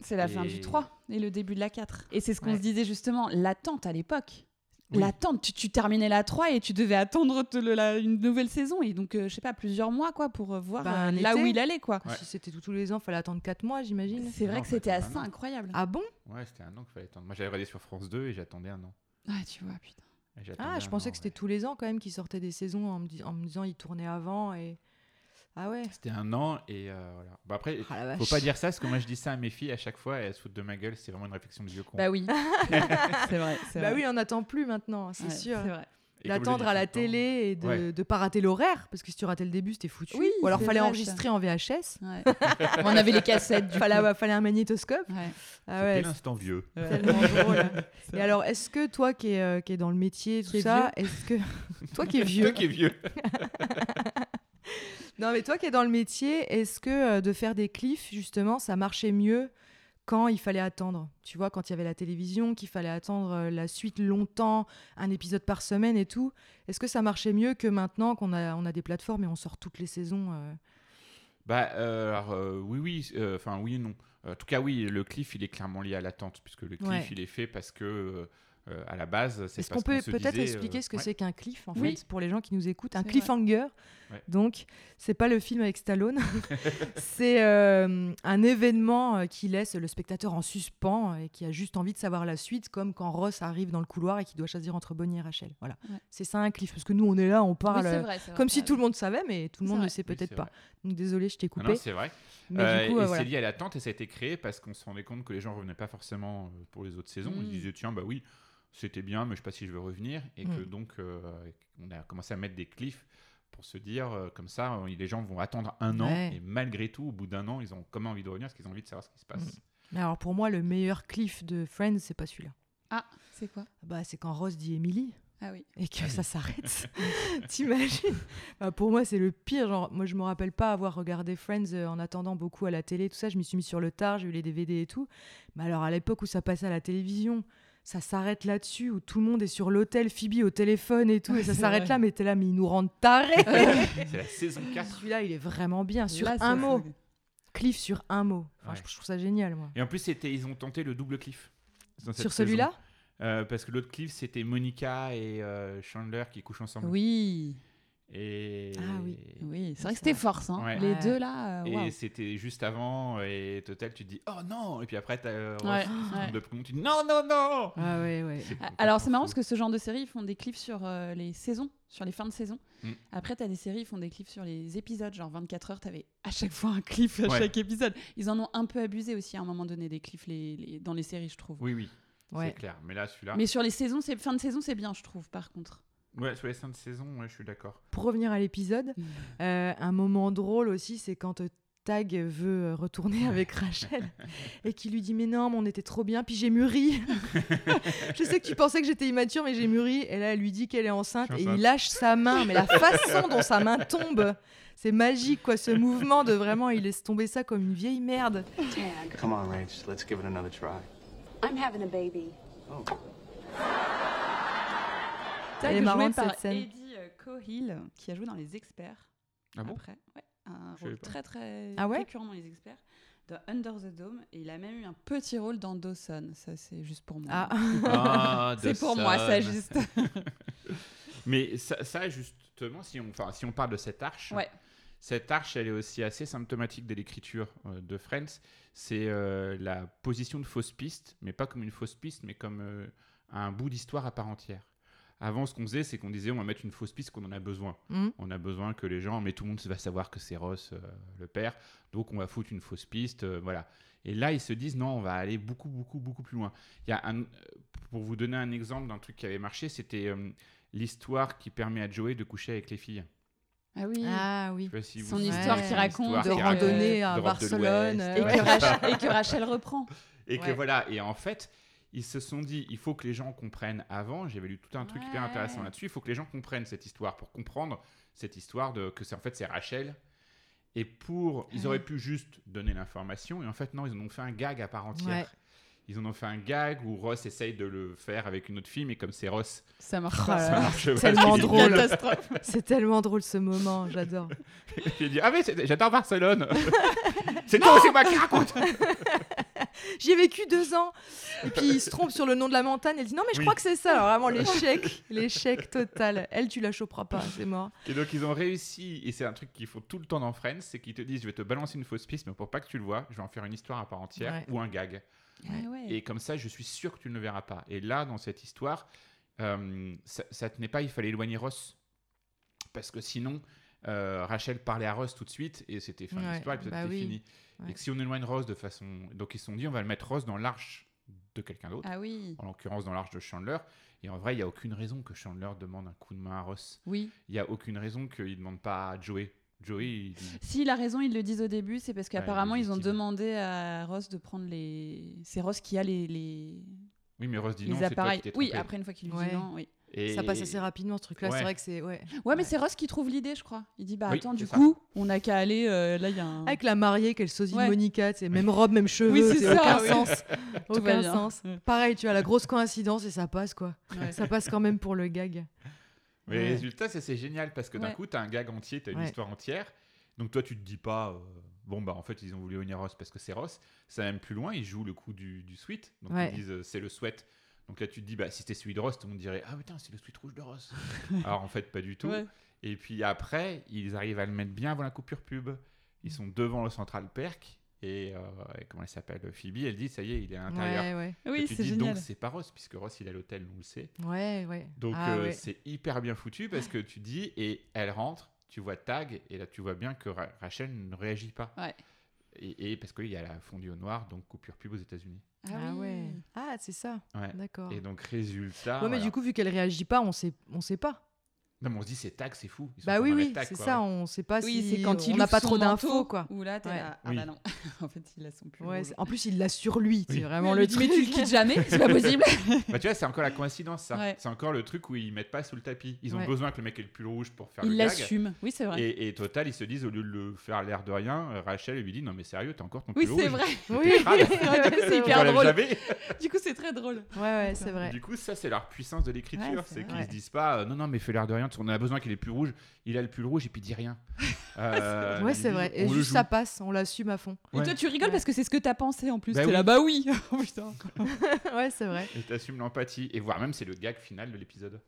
C'est la fin
Et-
du 3 et le début de la 4. Et c'est ce qu'on
Ouais.
se disait justement, l'attente à l'époque.
Oui.
L'attente, tu, tu terminais la 3 et tu devais attendre te- le- la- une nouvelle saison. Et donc, euh, je sais pas, plusieurs mois quoi pour euh, voir
Bah,
euh,
un
là
été.
où il allait quoi.
Ouais.
Si c'était tout- tous les ans, fallait attendre 4 mois, j'imagine.
C'est vrai
Non,
que
faut
c'était
attendre
assez
un an.
incroyable. Ah,
Ah bon
Ouais, c'était un an qu'il fallait attendre. Moi, j'avais regardé sur France 2 et j'attendais un an.
Ah, tu vois, putain.
Et j'attendais
Ah, je
un
pensais
an,
que c'était
ouais.
tous les ans quand même qu'ils sortaient des saisons en me, dis- en me disant ils tournaient avant et. Ah ouais.
C'était un an et euh, voilà. Bah après,
Ah, la
faut
vache.
pas dire ça parce que moi je dis ça à mes filles à chaque fois et elles se foutent de ma gueule. C'est vraiment une réflexion de vieux con.
Bah oui. (laughs) c'est vrai. c'est
Bah
vrai.
oui, on n'attend plus maintenant, c'est
Ouais,
sûr.
C'est vrai.
Et comme je le
D'attendre
dis
à la
tout le temps-
télé et de,
Ouais.
de pas rater l'horaire, parce que si tu ratais le début, c'était foutu.
Oui,
Ou alors
c'est
fallait
vrai,
enregistrer en VHS.
Ouais. (laughs) on avait les cassettes. Du
Fallait, fallait un magnétoscope.
coup. Ouais.
Ah
C'était
ouais,
l'instant vieux.
c'est
(laughs)
tellement drôle.
C'est
Et
vrai.
alors, est-ce que toi qui es, euh, qui est dans le métier, tout
Qui est
ça, est-ce que.
(laughs)
toi qui es
Toi
vieux.
qui es vieux.
Non, mais toi qui es dans le métier, est-ce que euh, de faire des cliffs, justement, ça marchait mieux quand il fallait attendre Tu vois, quand il y avait la télévision, qu'il fallait attendre euh, la suite longtemps, un épisode par semaine et tout. Est-ce que ça marchait mieux que maintenant qu'on a, on a des plateformes et on sort toutes les saisons euh,
Bah euh, alors, euh, oui, oui, euh, enfin oui et non. Euh, En tout cas, oui, le cliff, il est clairement lié à l'attente, puisque le cliff,
Ouais.
il est fait parce que, euh, euh, à la base, c'est
Est-ce
parce
qu'on peut
se
peut-être
disait, euh,
expliquer ce que
ouais.
c'est qu'un cliff, en
Oui.
fait, pour les gens qui nous écoutent Un
C'est vrai.
cliffhanger,
Ouais.
donc, c'est pas le film avec
(laughs)
Stallone. c'est euh, un événement euh, qui laisse le spectateur en suspens et qui a juste envie de savoir la suite, comme quand Ross arrive dans le couloir et qu'il doit choisir entre Bonnie et Rachel. Voilà.
Ouais.
C'est ça un cliff, parce que nous, on est là, on
Oui,
parle.
c'est
euh,
vrai, c'est vrai,
Comme
t'as
si tout
raison.
le monde savait, mais tout le
C'est
monde ne
vrai.
sait
Oui,
peut-être
c'est
pas.
vrai.
Donc désolé, je t'ai
Ah Non,
coupé.
non, c'est vrai.
mais
Euh,
du coup,
et
euh,
c'est
voilà.
lié à l'attente et ça a été créé parce qu'on se rendait compte que les gens revenaient pas forcément euh, pour les autres saisons.
Mm.
Hmm.
Ils disaient tiens bah oui c'était bien mais je sais pas si je veux revenir et que
Mm.
donc euh, on a commencé à mettre des cliffs pour se dire euh, comme ça euh, les gens vont attendre un an
Ouais.
et malgré tout au bout d'un an ils ont comme envie de revenir parce qu'ils ont envie de savoir ce qui se passe.
Mais alors, pour moi, le meilleur cliff de Friends, c'est pas celui-là.
Ah, c'est quoi
Bah, c'est quand Ross dit Emily.
Ah oui.
et que ça
(laughs)
s'arrête. T'imagines Bah, Pour moi, c'est le pire. Genre, moi, je me rappelle pas avoir regardé Friends euh, en attendant beaucoup à la télé, tout ça. Je m'y suis mis sur le tard, j'ai eu les DVD et tout. Mais alors, à l'époque où ça passait à la télévision, ça s'arrête là-dessus, où tout le monde est sur l'hôtel, Phoebe au téléphone et tout,
Ouais,
et ça
c'est
s'arrête
vrai. Ah
là, mais t'es là, mais ils nous rendent tarés
(laughs) c'est la saison 4
(laughs) Celui-là, il est vraiment bien, sur
Là,
un
c'est-
mot. Cliff sur un mot. Enfin,
Ouais.
je, je trouve ça génial, moi.
et en plus c'était ils ont tenté le double cliff. dans cette
Sur
saison.
celui-là
Euh, parce que l'autre cliff c'était Monica et euh, Chandler qui couchent ensemble.
Oui,
Et...
Ah oui.
oui. C'est vrai que
C'est
c'était
vrai.
force. Hein.
Ouais.
Les
Ouais.
deux là. euh,
Et
waouh.
c'était juste avant, et total, tu te dis oh non, et puis après, t'as euh,
Ouais,
Ross qui se
ouais.
trompe de prénom, tu dis non, non, non
Ah ouais, ouais.
Ah, Alors c'est marrant parce que
hein.
ce genre de série ils font des clips sur euh, les saisons, sur les fins de saison.
Mm.
Après t'as des séries ils font des clips sur les épisodes, genre 24 heures t'avais à chaque fois un clip à
Ouais.
chaque épisode. Ils en ont un peu abusé aussi à un moment donné des clips les, les- dans les séries je trouve.
Oui, oui,
Ouais.
c'est clair. Mais là, celui-là,
Mais sur les saisons, c'est fin de saison c'est bien je trouve par contre.
ouais, sur les cinq saisons, ouais, je
(laughs)
suis d'accord.
Pour revenir à l'épisode,
Mm.
euh, un moment drôle aussi, c'est quand euh, Tag veut euh, retourner avec Rachel et qui lui dit Mais non, mais on était trop bien, puis j'ai mûri. Je sais que tu pensais que j'étais immature, mais j'ai mûri. Et là, elle lui dit qu'elle est enceinte
Je
et
suis
il
enceinte.
lâche sa main. Mais la façon dont sa main tombe, c'est magique, quoi. Ce mouvement de vraiment, il laisse tomber ça comme une vieille merde.
Tag,
Come on, Rach, let's give it another try.
I'm having a baby.
Oh,
Tag
est
joué
marrante,
par
cette scène.
Eddie euh, Cahill euh, qui a joué dans Les Experts.
Ah bon
Après, ouais, un
Je savais
rôle
pas.
très très
Ah ouais
récurrent dans Les Experts. Dans Under the Dome et il a même eu un petit rôle dans Dawson. Ça c'est juste pour moi.
Ah,
c'est pour moi ça juste.
Mais ça, ça, justement, si on, enfin, si on parle de cette arche,
Ouais.
cette arche, elle est aussi assez symptomatique de l'écriture euh, de Friends. C'est euh, la position de fausse piste, mais pas comme une fausse piste, mais comme euh, un bout d'histoire à part entière. Avant, ce qu'on faisait, c'est qu'on disait on va mettre une fausse piste qu'on en a besoin.
Mhm.
On a besoin que les gens, mais tout le monde va savoir que c'est Ross euh, le père, donc on va foutre une fausse piste, euh, voilà. Et là, ils se disent non, on va aller beaucoup, beaucoup, beaucoup plus loin. Il y a un- euh, pour vous donner un exemple d'un truc qui avait marché, c'était euh, l'histoire qui permet à Joey de coucher avec les filles.
Ah oui.
ah oui.
Je sais pas si
Son
vous-
histoire
Ouais.
qui
Son
raconte
histoire
De
qui
raconte-
randonnée à
d'Europe de
Barcelone.
l'Ouest,
euh,
et,
ouais.
que
(laughs)
Rachel, et que Rachel reprend.
Et que
Ouais.
voilà, et en fait, ils se sont dit, il faut que les gens comprennent avant, j'avais lu tout un truc hyper
Ouais.
intéressant là-dessus, il faut que les gens comprennent cette histoire pour comprendre cette histoire de que c'est en fait c'est Rachel. Et pour, ils auraient pu juste donner l'information, et en fait non, ils en ont fait un gag à part entière.
Ouais.
Ils en ont fait un gag où Ross essaye de le faire avec une autre fille, mais comme c'est Ross,
Ça marche
Oh
pas.
là
ça
(laughs)
là.
marche
(laughs)
pas.
tellement
Il- (laughs)
drôle.
Catastrophe.
C'est tellement drôle ce moment, j'adore. (laughs)
J'ai dit, ah mais c'est- j'adore Barcelone C'est toi, c'est moi qui raconte
J'y ai vécu deux ans. Et puis il se trompe sur le nom de la montagne. Elle dit non, mais je
Oui.
crois que c'est ça. Alors vraiment, l'échec, l'échec total. Elle, tu la choperas pas, c'est mort.
Et donc ils ont réussi, et c'est un truc qu'ils font tout le temps dans Friends, c'est qu'ils te disent je vais te balancer une fausse piste, mais pour pas que tu le vois, je vais en faire une histoire à part entière
Ouais.
ou un gag.
Ah ouais.
Et comme ça, je suis sûr que tu ne le verras pas. Et là, dans cette histoire, euh, ça, ça tenait pas, il fallait éloigner Ross. Parce que sinon, euh, Rachel parlait à Ross tout de suite, et c'était fin de
Ouais,
l'histoire, et puis
bah
c'était
oui.
fini.
Ouais.
Et que si on éloigne Ross de façon... Donc ils se sont dit on va le mettre Ross dans l'arche de quelqu'un d'autre.
Ah oui,
En l'occurrence, dans l'arche de Chandler. Et en vrai, il n'y a aucune raison que Chandler demande un coup de main à Ross.
oui.
Il n'y a aucune raison qu'il ne demande pas à Joey. Joey, il dit-
Si la raison, ils le disent au début, c'est parce qu'apparemment, ils ont
légitime.
demandé à Ross de prendre les. C'est Ross qui a les, les...
Oui, mais Ross dit
les
non, c'est toi
appareils.
qui t'es
oui,
trompé.
après, une fois qu'il lui
Ouais.
dit non, oui.
Et-
Ça passe assez rapidement ce truc-là.
Ouais.
C'est vrai que c'est ouais.
Ouais, mais c'est Ross qui trouve l'idée, je crois. Il dit bah
Oui,
attends,
c'est
du
ça. Ah,
coup, on a qu'à aller. euh, là, il y a un.
Avec la mariée qu'elle sosie de
Ouais.
Monica, c'est même robe, même cheveux,
Oui, c'est
c'est
ça,
aucun
oui. (laughs)
sens,
va
aucun
bien.
sens.
Ouais.
Pareil, tu as la grosse coïncidence et ça passe quoi.
Ouais.
Ça passe quand même pour le gag.
Mais
Ouais.
résultat, ça, c'est génial parce que d'un
Ouais.
coup, t'as un gag entier, t'as une
Ouais.
histoire entière. Donc toi, tu te dis pas, euh, bon, bah en fait, ils ont voulu unir Ross parce que c'est Ross. Ça va même plus loin, ils jouent le coup du, du sweat. Donc
Ouais.
ils disent, euh, c'est le sweat. Donc là, tu te dis, bah si c'était celui de Ross, tout le monde dirait, ah putain, c'est le sweat rouge de
(laughs)
Ross. Alors en fait, pas du tout.
Ouais.
Et puis après, ils arrivent à le mettre bien avant la coupure pub. Ils sont devant le Central Perk. Et, euh, et comment elle s'appelle Phoebe, elle dit, ça y est, il est à l'intérieur.
Ouais, ouais,
Et
Oui,
tu
c'est
dis
génial.
donc c'est pas Ross, puisque Ross il est à l'hôtel, on le sait.
ouais, ouais.
Donc
Ah,
euh,
ouais.
c'est hyper bien foutu parce que tu dis et elle rentre, tu vois Tag et là tu vois bien que Ra- Rachel ne réagit pas.
Ouais.
Et, et parce qu'il y a la fondue au noir, donc coupure pub aux États-Unis.
Ah,
Ah
oui.
ouais. Ah, c'est ça.
Ouais.
D'accord.
Et donc résultat.
ouais, mais
voilà.
du coup, vu qu'elle réagit pas, on sait, on sait pas.
Non, mais on se dit c'est Tag, c'est fou. Ils sont
Bah
encore
oui,
dans les
oui,
tags,
c'est
quoi,
ça.
ouais.
On sait pas
Oui,
si
c'est quand il
on n'a
ouvre
pas
son
trop d'infos
manteau,
quoi.
Ou là, t'es
Ouais.
là, ah
Oui.
bah non. (laughs) en fait, il a son pull.
Ouais,
rouge.
c'est- en plus, il l'a sur lui. C'est
Oui.
vraiment
Oui,
Ah, le
mais tu-
truc.
Mais tu le quittes jamais, c'est pas possible.
Bah, tu vois, c'est encore la coïncidence ça.
Ouais.
C'est encore le truc où ils mettent pas sous le tapis. Ils ont
Ouais.
besoin que le mec ait le pull rouge pour faire
il
le gag.
l'assume. Oui, c'est vrai.
Et, et total, ils se disent au lieu de le faire l'air de rien, euh, Rachel lui dit non mais sérieux, t'as encore ton
Oui,
pull rouge.
c'est vrai.
Oui,
(laughs)
(laughs) crade.
(laughs) vrai,
Du coup, c'est
Tu
hyper
l'enlèves
drôle.
jamais.
Du coup, c'est très drôle.
Ouais, ouais, c'est vrai.
Du coup, ça, c'est leur puissance de l'écriture.
Ouais, c'est
c'est qu'ils
vrai.
se disent pas, euh, non, non, mais fais l'air de rien, on a besoin qu'il ait le pull rouge. Il a le pull rouge et puis dis
(laughs)
rien. Euh,
Ouais,
ils
c'est
disent,
vrai.
on
Et
le
juste,
joue.
ça passe. On l'assume
(laughs)
à fond.
Et toi,
Ouais.
tu rigoles
Ouais.
parce que c'est ce que t'as pensé en plus.
Bah
T'es
oui.
là, bah oui. (laughs) Oh, putain.
ouais, c'est vrai.
Et t'assumes l'empathie. Et voire même, c'est le gag final de l'épisode.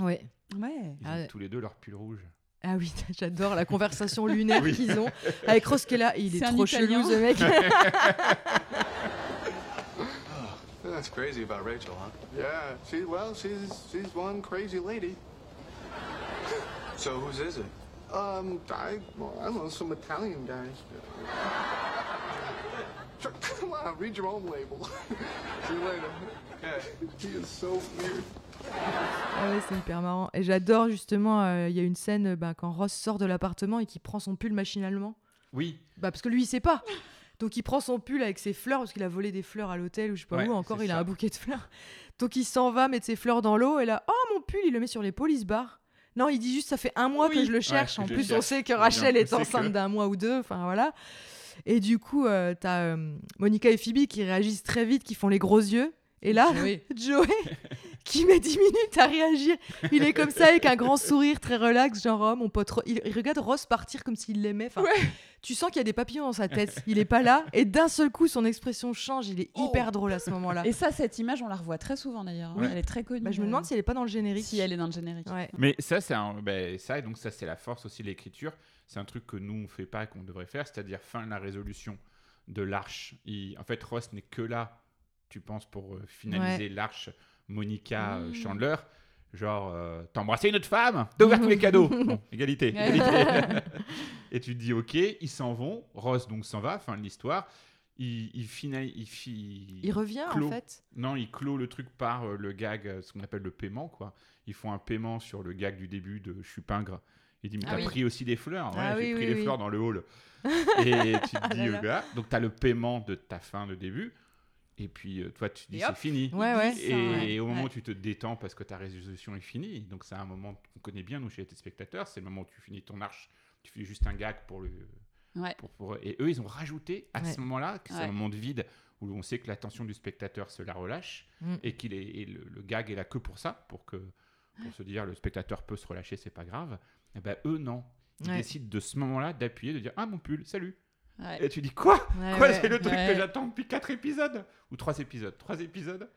Ouais.
Ouais.
Ils
Ah
ont
ouais.
tous les deux leur pull rouge.
Ah oui, (laughs) j'adore la conversation
(laughs)
lunaire
Oui.
qu'ils ont avec Roskella. Il est,
C'est un
trop
Italien.
chelou,
(laughs)
ce mec.
That's crazy about Rachel, huh? Yeah. She well, she's she's one crazy lady. (laughs) so whose is it? Um, I, well, I don't know, some Italian guy. (laughs) Come on, read your own label. (laughs) See you later. Yeah. He is so weird.
Ah ouais, c'est hyper marrant. Et j'adore justement, euh, il y a une scène euh, bah, quand Ross sort de l'appartement et qu'il prend son pull machinalement.
Oui.
Bah, parce que lui, il sait pas. Donc il prend son pull avec ses fleurs, parce qu'il a volé des fleurs à l'hôtel ou je sais pas
Ouais,
où, encore
c'est
il a
ça.
un bouquet de fleurs. Donc il s'en va mettre ses fleurs dans l'eau et là, oh mon pull, il le met sur les police bars. Non, il dit juste, ça fait un mois que
Oui.
je le cherche.
Ouais,
en
je le
plus, on
cherche.
sait que
Bien,
Rachel
on
est
sait
enceinte
que-
d'un mois ou deux, enfin voilà. Et du coup, euh, t'as euh, Monica et Phoebe qui réagissent très vite, qui font les gros yeux. Et là,
Joey.
Joey, (laughs) qui met 10 minutes à réagir, il est comme ça avec un grand sourire très relax, genre oh, mon pote, Ro- il, il regarde Ross partir comme s'il l'aimait. Enfin, Tu sens qu'il y a des papillons dans sa tête, il est pas là, et d'un seul coup, son expression change, il est hyper drôle à ce moment-là.
Oh. Et ça, cette image, on la revoit très souvent d'ailleurs. hein.
Oui.
Elle est très connue.
Bah, je me demande si elle est pas dans le
euh,
générique.
si elle est dans le générique.
Ouais.
Mais ça, c'est un. ben, ça, et donc, ça, c'est la force aussi de l'écriture. C'est un truc que nous, on fait pas, qu'on devrait faire, c'est-à-dire fin de la résolution de l'arche. Il- En fait, Ross n'est que là, tu penses, pour euh, finaliser l'arche Monica
Mmh.
euh, Chandler. Genre, euh, t'as embrassé une autre femme, t'as ouvert tous les
(laughs)
cadeaux. Bon, égalité. égalité. et tu te dis, ok, ils s'en vont. Ross, donc, s'en va, fin de l'histoire. Il, il, finali- il, fi-
Il revient
clôt.
en fait.
non, il clôt le truc par euh, le gag, euh, ce qu'on appelle le paiement, quoi. Ils font un paiement sur le gag du début de Je suis pingre. Il dit, mais
Ah
t'as
oui.
pris aussi des fleurs. Ouais,
Ah
j'ai
oui,
pris
oui,
les
oui.
fleurs dans le
(laughs)
hall. et tu te dis,
là là.
au gars, donc t'as le paiement de ta fin de début. Et puis, euh, toi, tu te dis,
Et hop.
c'est fini.
Ouais, ouais.
dit
Et,
ouais.
au moment
Ouais.
où tu te détends parce que ta résolution est finie, donc c'est un moment qu'on connaît bien, nous, chez les spectateurs, c'est le moment où tu finis ton arche, tu fais juste un gag pour le...
Ouais.
Pour, pour- et eux, ils ont rajouté à
Ouais.
ce moment-là, que c'est
Ouais.
un moment de vide où on sait que l'attention du spectateur se la relâche
Mm.
et qu'il est et le, le gag est là que pour ça, pour que pour se dire le spectateur peut se relâcher, c'est pas grave. Et ben eux non, ils
Ouais.
décident de ce moment-là d'appuyer, de dire ah mon pull, salut.
Ouais.
Et tu dis quoi
Ouais,
Quoi
Ah ouais.
C'est le truc
ouais.
que j'attends depuis 4 épisodes Ou 3 épisodes 3 épisodes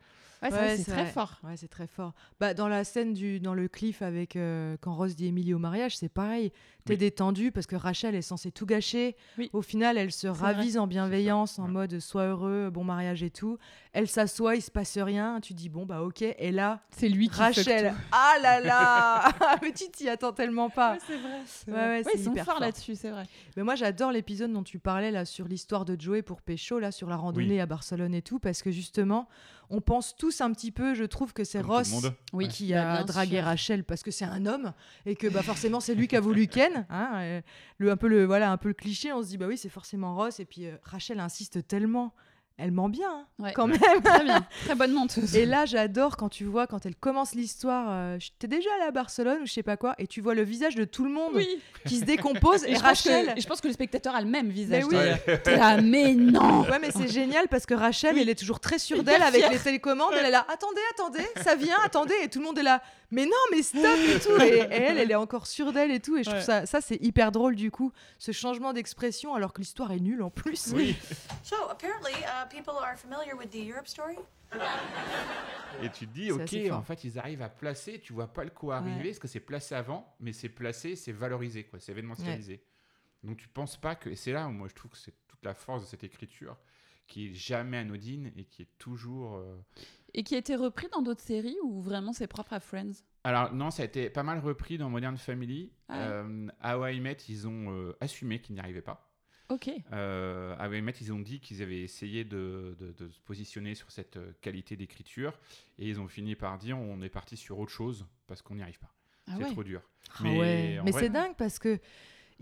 Ouais, Ah, c'est
Ouais,
vrai, c'est
c'est
très
vrai.
fort.
Ouais, c'est très fort. Bah, dans la scène du, dans le cliff avec euh, quand Rose dit Emily au mariage, c'est pareil. T'es
Oui.
détendu parce que Rachel est censée tout gâcher.
Oui.
Au final, elle se
vrai.
ravise en bienveillance, en
Ouais.
mode sois heureux, bon mariage et tout. Elle s'assoit, il se passe rien. Tu dis bon bah ok. Et là,
C'est lui qui
Rachel, ah là là, (laughs) Ah, mais tu t'y attends tellement pas.
c'est vrai.
Ouais, vrai. ouais, c'est
ils sont
hyper
forts
fort.
là-dessus, c'est vrai.
Mais moi, j'adore l'épisode dont tu parlais là sur l'histoire de Joey pour Pécho, là sur la randonnée à Barcelone et tout, parce que justement, on pense tous un petit peu. Je trouve que c'est
Comme tout le
Ross
monde.
Oui,
qui a dragué Rachel parce que c'est un homme et que bah forcément c'est lui qui
(laughs)
a voulu Ken. hein, euh, le un peu le voilà un peu le cliché. On se dit bah oui c'est forcément Ross et puis euh, Rachel insiste tellement. Elle ment bien,
(laughs)
hein,
Ouais.
quand même.
Très bien, très bonne menteuse.
Et là, j'adore quand tu vois, quand elle commence l'histoire, euh, je- t'es déjà allée à Barcelone ou je sais pas quoi, et tu vois le visage de tout le monde
oui.
qui se décompose.
je
et
pense que-
Rachel,
(laughs) et je pense que le spectateur a le même visage.
Mais oui.
d'ailleurs. T'es
(laughs)
là, mais non
Ouais, mais c'est génial parce que Rachel, elle est toujours très sûre
Hyper
d'elle avec
fière.
les télécommandes. Elle est là, attendez, attendez, ça vient, attendez. Et tout le monde est là, mais non, mais stop et tout. Et, et elle, elle est encore sûre d'elle et tout. Et je trouve
Ouais.
ça, ça c'est hyper drôle du coup, ce changement d'expression alors que l'histoire est nulle en plus.
Oui.
So apparently, uh, people are familiar with the Europe story.
Et tu te dis,
C'est
ok,
assez fort.
en fait, ils arrivent à placer, tu vois pas le coup arriver,
Ouais.
parce que c'est placé avant, mais c'est placé, c'est valorisé, quoi, c'est événementialisé. Donc tu penses pas que. Et c'est là où moi je trouve que c'est toute la force de cette écriture qui est jamais anodine et qui est toujours. euh,
Et qui a été repris dans d'autres séries ou vraiment c'est propre à Friends
Alors non, ça a été pas mal repris dans Modern Family.
Ah ouais.
Euh, How I Met, ils ont euh, assumé qu'ils n'y arrivaient pas.
Ok.
Euh, à Waymet, ils ont dit qu'ils avaient essayé de, de- de se positionner sur cette euh, qualité d'écriture et ils ont fini par dire on est parti sur autre chose parce qu'on n'y arrive pas.
Ah
c'est
ouais.
trop dur.
Ah ouais.
en
Mais
vrai-
c'est dingue parce que.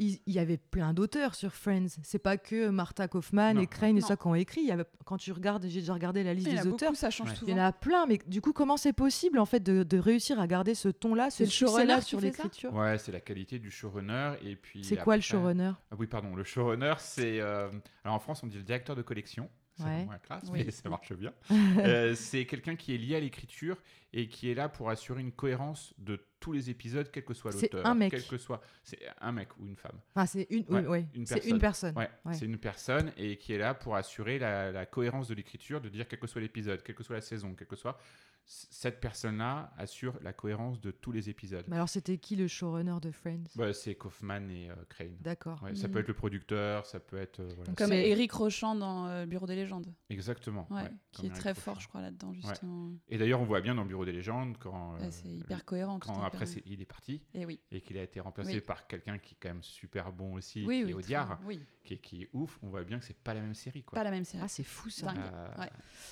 Il il y avait plein d'auteurs sur Friends. C'est pas que Martha Kaufman
Non.
et Crane et
Non.
ça qui ont écrit. Il y avait- quand tu regardes, j'ai déjà regardé la liste
Il y en
des
a
auteurs.
beaucoup, ça change
Ouais.
souvent.
Il y en a plein, mais du coup, comment c'est possible en fait de, de réussir à garder ce ton-là,
C'est
ce
le showrunner
succès-là
qui
sur
fait ça
l'écriture
Ouais, c'est la qualité du showrunner et puis.
C'est quoi le
après-
showrunner
Ah Oui, pardon, le showrunner, c'est. euh, Alors en France, on dit le directeur de collection. C'est
Ouais.
moins classe,
Oui.
mais ça marche
(laughs)
bien. Euh, c'est quelqu'un qui est lié à l'écriture et qui est là pour assurer une cohérence de tous les épisodes, quel que soit
C'est
l'auteur.
un mec.
Quel que soit. C'est un mec ou une femme.
Ah, c'est une,
Ouais,
oui, ouais,
une
c'est une personne.
Ouais,
Ouais.
c'est une personne et qui est là pour assurer la, la cohérence de l'écriture, de dire quel que soit l'épisode, quelle que soit la saison, quel que soit. c- Cette personne-là assure la cohérence de tous les épisodes.
Mais alors, c'était qui le showrunner de Friends
Bah, c'est Kaufman et euh, Crane.
D'accord.
Ouais, Ça
Mhm.
peut être le producteur, ça peut être. euh, voilà,
Comme
C'est-
Eric Rochand dans euh, Bureau des légendes,
c'est- Exactement.
ouais,
ouais,
qui
comme
est
Eric
très
Rochon.
fort, je crois, là-dedans, justement.
Et d'ailleurs, on voit bien dans Bureau des légendes quand.
Là,
euh,
c'est hyper cohérent.
Quand après c'est- il est parti
Et Eh oui.
et qu'il a été remplacé
Oui.
par quelqu'un qui est quand même super bon aussi,
Oui,
qui
oui,
est
très-
Audiard,
oui.
qui, est- qui est ouf, on voit bien que c'est pas la même série. Quoi.
Pas la même série.
Ah, c'est fou ça.
Dingue.
Euh,
ouais.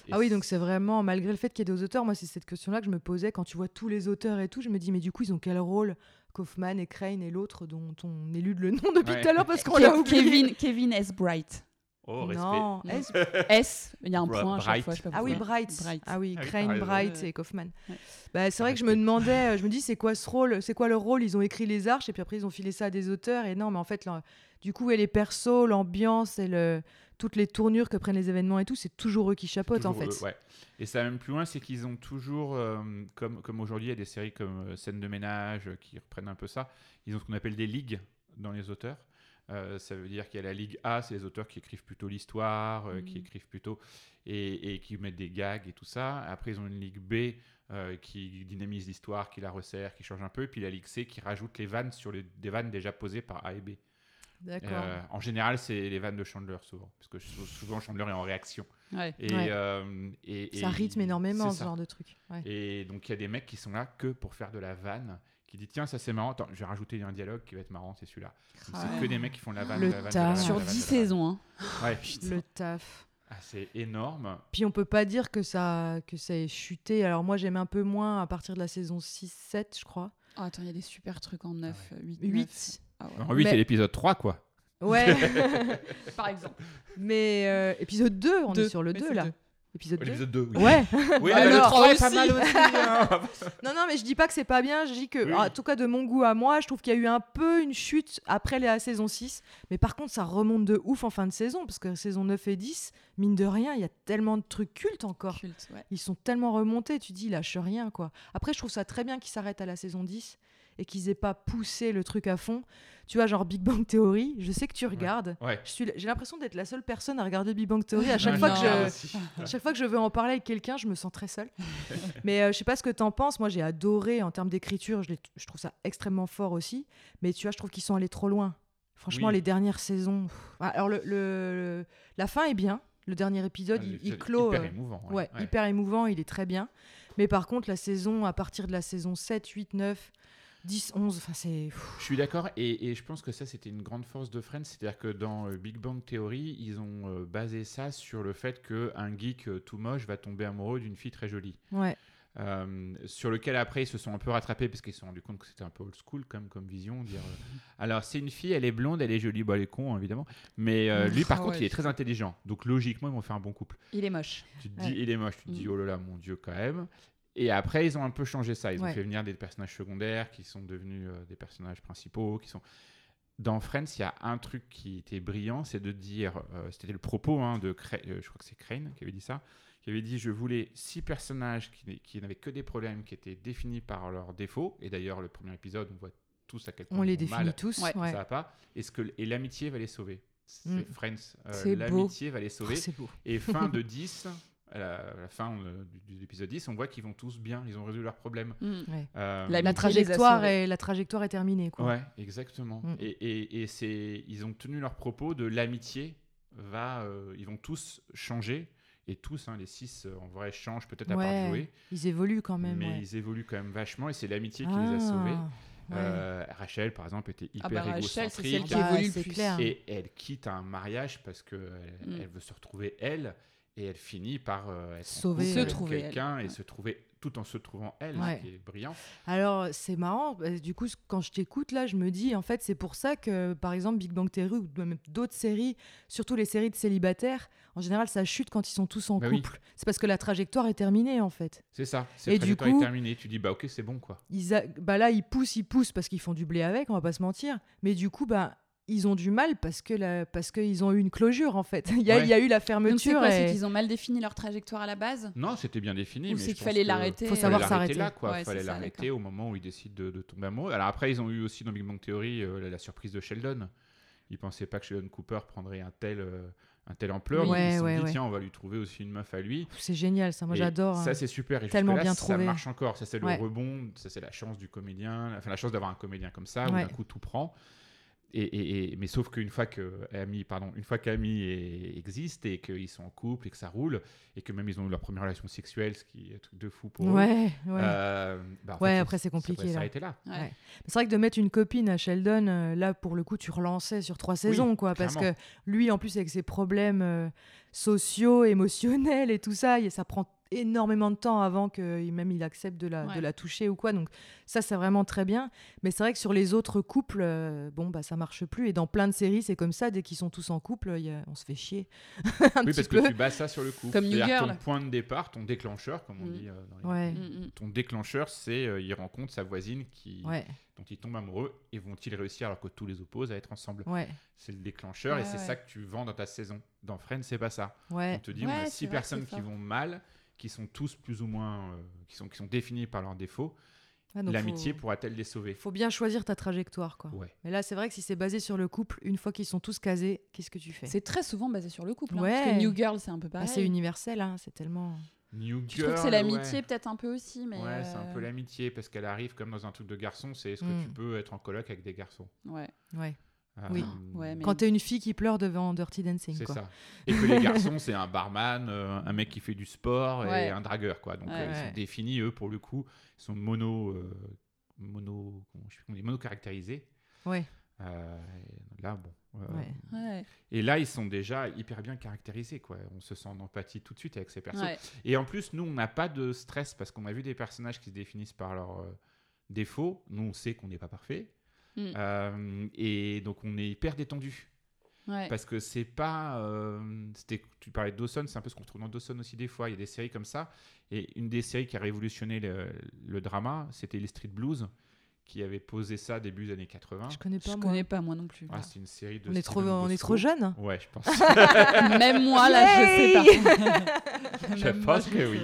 et
Ah oui, donc c'est vraiment, malgré le fait qu'il y ait des auteurs, moi, c'est cette question-là que je me posais quand tu vois tous les auteurs et tout. Je me dis, mais du coup, ils ont quel rôle Kaufman et Crane et l'autre dont on élude le nom depuis
Ouais.
tout à l'heure parce
(laughs)
qu'on
Ke-
l'a oublié.
Kevin, Kevin S. Bright.
Oh, respect.
Non,
Mm.
est-ce-
(laughs) S, il y a un
Bra-
point à chaque
Bright.
fois. Je sais pas
Ah oui,
pourquoi.
Bright.
Bright.
Ah oui,
Ah oui, t'as
Crane,
raison.
Bright
Ouais.
et Kaufman.
Ouais.
Bah, c'est vrai que je me demandais, euh, je me dis, c'est quoi ce rôle C'est quoi le rôle Ils ont écrit les arches et puis après ils ont filé ça à des auteurs. Et non, mais en fait, là, du coup, et les persos, l'ambiance et le... toutes les tournures que prennent les événements et tout, c'est toujours eux qui chapeautent en
Toujours
fait.
eux, ouais. Et ça va même plus loin, c'est qu'ils ont toujours, euh, comme, comme aujourd'hui, il y a des séries comme euh, Scène de ménage euh, qui reprennent un peu ça, ils ont ce qu'on appelle des ligues dans les auteurs. Euh, ça veut dire qu'il y a la ligue A, c'est les auteurs qui écrivent plutôt l'histoire, euh,
Mmh.
qui écrivent plutôt et, et qui mettent des gags et tout ça. Après, ils ont une ligue B euh, qui dynamise l'histoire, qui la resserre, qui change un peu. Et puis la ligue C qui rajoute les vannes sur les, des vannes déjà posées par A et B.
D'accord.
Euh, en général, c'est les vannes de Chandler souvent, parce que sou- souvent Chandler est en réaction.
Ouais.
Et,
Ouais.
euh, et-
ça
et-
rythme énormément
c'est
ce
ça.
genre de truc. Ouais.
Et donc il y a des mecs qui sont là que pour faire de la vanne, qui dit tiens ça c'est marrant, attends je vais rajouter un dialogue qui va être marrant, c'est celui-là. Donc,
Ah
C'est que
ouais.
des mecs qui font de la vanne.
Le
de la vanne, de la vanne,
tas.
de la
Sur
vanne, de
10
la vanne.
saisons, hein.
Ouais.
Le taf.
Ah, c'est énorme.
Puis on peut pas dire que ça que ça ait chuté. Alors moi j'aime un peu moins à partir de la saison 6-7 je crois.
Oh, attends, il y a des super trucs en 9, 8,
8.
Ah ouais.
En 8
Mais-
c'est l'épisode 3 quoi. (laughs)
Ouais.
Par exemple.
Mais euh, épisode 2, on est
Deux.
sur le
Oui,
2
c'est
là.
deux.
Épisode
Ah,
2.
L'épisode 2 oui.
Ouais.
(laughs) Oui,
Ah,
bah, le
alors,
3 est
aussi.
pas mal aussi. hein.
Non, non, mais je dis pas que c'est pas bien. Je dis que,
Oui.
en tout cas, de mon goût à moi, je trouve qu'il y a eu un peu une chute après la saison 6. Mais par contre, ça remonte de ouf en fin de saison, parce que saison 9 et 10, mine de rien, il y a tellement de trucs cultes encore.
Culte, ouais.
Ils sont tellement remontés, tu dis, ils lâchent rien, quoi. Après, je trouve ça très bien qu'ils s'arrêtent à la saison 10 et qu'ils aient pas poussé le truc à fond. Tu vois, genre Big Bang Theory, je sais que tu regardes.
Ouais.
Je suis- J'ai l'impression d'être la seule personne à regarder Big Bang Theory. (laughs) (laughs) À chaque,
Non.
fois que
Ah,
je,
si.
à chaque fois que je veux en parler avec quelqu'un, je me sens
(laughs)
très seule. Mais euh, je sais pas ce que t'en penses. Moi, j'ai adoré en termes d'écriture. Je, l'ai- je trouve ça extrêmement fort aussi. Mais tu vois, je trouve qu'ils sont allés trop loin. Franchement,
Oui.
les dernières saisons. pff. Ah, Alors, le, le- la fin est bien. Le dernier épisode, il, il clôt.
Ah, Hyper
euh,
émouvant.
Ouais, hyper émouvant, il est très bien. Mais par contre, la saison, à partir de la saison 7, 8, 9, 10, 11, enfin c'est. pff,
Je suis d'accord et, et je pense que ça c'était une grande force de Friends, c'est-à-dire que dans euh, Big Bang Theory, ils ont euh, basé ça sur le fait que un geek euh, tout moche va tomber amoureux d'une fille très jolie.
Ouais,
Euh, sur lequel après ils se sont un peu rattrapés parce qu'ils se sont rendus compte que c'était un peu old school comme, comme vision. Dire, euh, alors c'est une fille, elle est blonde, elle est jolie, bah, elle est con hein, évidemment,
(laughs)
mais euh, lui par
Ah
contre
ouais.
il est très intelligent, donc logiquement ils vont faire un bon couple.
Il est moche.
Tu te
Ouais.
dis il est moche, tu te dis
Mm.
oh là là mon dieu quand même. Et après ils ont un peu changé ça, ils ont
Ouais.
fait venir des personnages secondaires qui sont devenus euh, des personnages principaux, qui sont dans Friends, il y a un truc qui était brillant, c'est de dire, euh, c'était le propos hein, de, Cra- euh, je crois que c'est Crane qui avait dit ça, qui avait dit je voulais six personnages qui, n- qui n'avaient que des problèmes, qui étaient définis par leurs défauts. Et d'ailleurs, le premier épisode, on voit tous à quel point
on
ils
les
vont
définit
mal,
tous.
Ouais.
ouais.
ça va pas. Et ce que et l'amitié va les sauver. C'est
Mm.
Friends, euh,
C'est beau.
l'amitié va les
Oh,
sauver.
c'est beau.
Et fin de 10, à la, à la fin euh, du, de l'épisode 10, on voit qu'ils vont tous bien, ils ont résolu leurs problèmes.
Mm.
Euh,
La
La
Amitié les a
trajectoire,
sauvés.
est, la trajectoire est terminée. Quoi.
Ouais, exactement.
Mm.
Et, et- et c'est, ils ont tenu leur propos de l'amitié va, euh, ils vont tous changer et tous, hein, les six euh, en vrai changent peut-être à part
Ouais,
jouer,
Ils évoluent quand même.
mais
ouais.
ils évoluent quand même vachement et c'est l'amitié qui
Ah,
les a sauvés.
ouais.
Euh, Rachel, par exemple, était hyper
Ah bah Rachel, c'est celle
égocentrique
qui
Ah bah,
évolue
c'est
le plus.
clair.
et elle quitte un mariage parce que elle,
Mm.
elle veut se retrouver elle et elle finit par euh, être en
Sauver,
couple
Se
avec
trouver, elle.
quelqu'un et se trouver tout en se trouvant elle,
Ouais.
ce qui est brillant.
Alors, c'est marrant. bah, Du coup, c- quand je t'écoute, là, je me dis, en fait, c'est pour ça que, par exemple, Big Bang Theory ou même d'autres séries, surtout les séries de célibataires, en général, ça chute quand ils sont tous en
Bah oui.
couple. C'est parce que la trajectoire est terminée, en fait.
C'est ça.
Et
C'est
du
trajectoire est
coup-
terminé. Tu dis bah ok c'est bon quoi.
ils a- bah là ils poussent ils poussent parce qu'ils font du blé avec on va pas se mentir mais du coup bah ils ont du mal parce que la- parce qu'ils ont eu une clôture en fait (laughs) il y a,
Ouais.
il y a eu la
Donc c'est
fermeture
quoi C'est
et-
qu'ils ont mal défini leur trajectoire à la base
Non, c'était bien défini.
Ou c'est
mais je
qu'il
pense
fallait
que-
l'arrêter, Faut
fallait
savoir
l'arrêter
s'arrêter.
là, quoi.
Ouais,
fallait
c'est ça,
l'arrêter au moment où il décide de, de tomber amoureux. Alors après, ils ont eu aussi dans Big Bang Theory euh, la, la surprise de Sheldon. Ils pensaient pas que Sheldon Cooper prendrait un tel, euh, un tel ampleur.
Oui.
ils se
Ouais,
sont
ouais,
dit
ouais.
tiens, on va lui trouver aussi une meuf à lui.
c'est génial ça moi
Et
j'adore hein.
Ça c'est super. Et
Tellement
jusque-là,
bien
ça
trouvé.
marche encore. Ça c'est le
Ouais.
rebond. Ça c'est la chance du comédien. Enfin la chance d'avoir un comédien comme ça où
Ouais.
d'un coup tout prend. Et, et- et- mais sauf qu'une fois que Amy, pardon, une fois qu'Amy est- existe et qu'ils sont en couple et que ça roule et que même ils ont eu leur première relation sexuelle, ce qui est un truc de fou pour eux.
ouais ouais
Euh, bah, en
Ouais,
fait,
après,
ça-
c'est compliqué,
Ça pourrait
là.
s'arrêter là.
c'est vrai que de mettre une copine à Sheldon euh, là pour le coup tu relançais sur trois saisons quoi parce
clairement.
que lui en plus avec ses problèmes euh, sociaux (laughs) émotionnels et tout ça et ça prend énormément de temps avant que il- même il accepte de la,
Ouais.
de la toucher ou quoi donc ça c'est vraiment très bien mais c'est vrai que sur les autres couples euh, bon bah ça marche plus et dans plein de séries c'est comme ça dès qu'ils sont tous en couple il y a- on se fait chier (laughs) un
oui,
petit
parce
peu
que tu bases ça sur le coup.
Comme New
C'est-à-dire
Girl.
ton point de départ, ton déclencheur, comme on
Mm.
dit. euh, dans les-
ouais
Mm, mm.
Ton déclencheur, c'est euh, il rencontre sa voisine qui,
ouais
dont il tombe amoureux et vont-ils réussir alors que tous les opposent à être ensemble
ouais
C'est le déclencheur
Ouais,
et c'est
ouais.
ça que tu vends dans ta saison. Dans Friends, c'est pas ça.
ouais
On te dit
Ouais,
on a
c'est
six
vrai,
personnes
c'est
qui
fort.
vont mal, qui sont tous plus ou moins, euh, qui sont qui sont définis par leurs défauts.
Ah, donc,
L'amitié
faut,
pourra-t-elle les sauver
faut bien choisir ta trajectoire quoi
Ouais.
Mais là, c'est vrai que si c'est basé sur le couple, une fois qu'ils sont tous casés, qu'est-ce que tu fais
C'est très souvent basé sur le couple. hein,
Ouais.
parce que New Girl, c'est un peu
Ah,
pareil.
C'est universel, hein, c'est tellement.
New
Je trouve que c'est
Girl,
l'amitié
ouais.
peut-être un peu aussi, mais.
Ouais, c'est un
euh,
peu l'amitié parce qu'elle arrive comme dans un truc de garçon. C'est est-ce
Mm.
que tu peux être en coloc avec des garçons
Ouais.
Ouais.
Euh,
Oui.
Ouais, mais-
Quand t'es une fille qui pleure devant Dirty Dancing,
C'est
quoi.
ça. Et que les garçons, c'est un barman, euh, un mec qui fait du sport et
Ouais.
un dragueur, quoi. Donc
Ouais,
euh, ils
ouais.
sont définis, eux, pour le coup, ils sont mono, euh, mono, comment je sais plus comment on dit, mono-caractérisés.
Ouais.
Euh, et là, bon. euh,
Ouais.
Ouais.
Et là, ils sont déjà hyper bien caractérisés, quoi. On se sent en empathie tout de suite avec ces personnes.
Ouais.
Et en plus, nous, on n'a pas de stress parce qu'on a vu des personnages qui se définissent par leurs euh, défauts. Nous, on sait qu'on n'est pas parfait.
Mm.
Euh, et donc, on est hyper détendu.
Ouais.
Parce que c'est pas. euh, c'était, tu parlais de Dawson, c'est un peu ce qu'on retrouve dans Dawson aussi des fois. Il y a des séries comme ça. Et une des séries qui a révolutionné le, le drama, c'était les Street Blues, qui avait posé ça début des années 80.
Je connais
Je
pas moi.
connais pas moi non plus.
Ah, c'est une série de.
On est trop,
Steven
on est
Bosco.
trop hein. jeune.
Ouais, je
(laughs)
pense.
Même moi, là, je sais pas.
je pense que oui.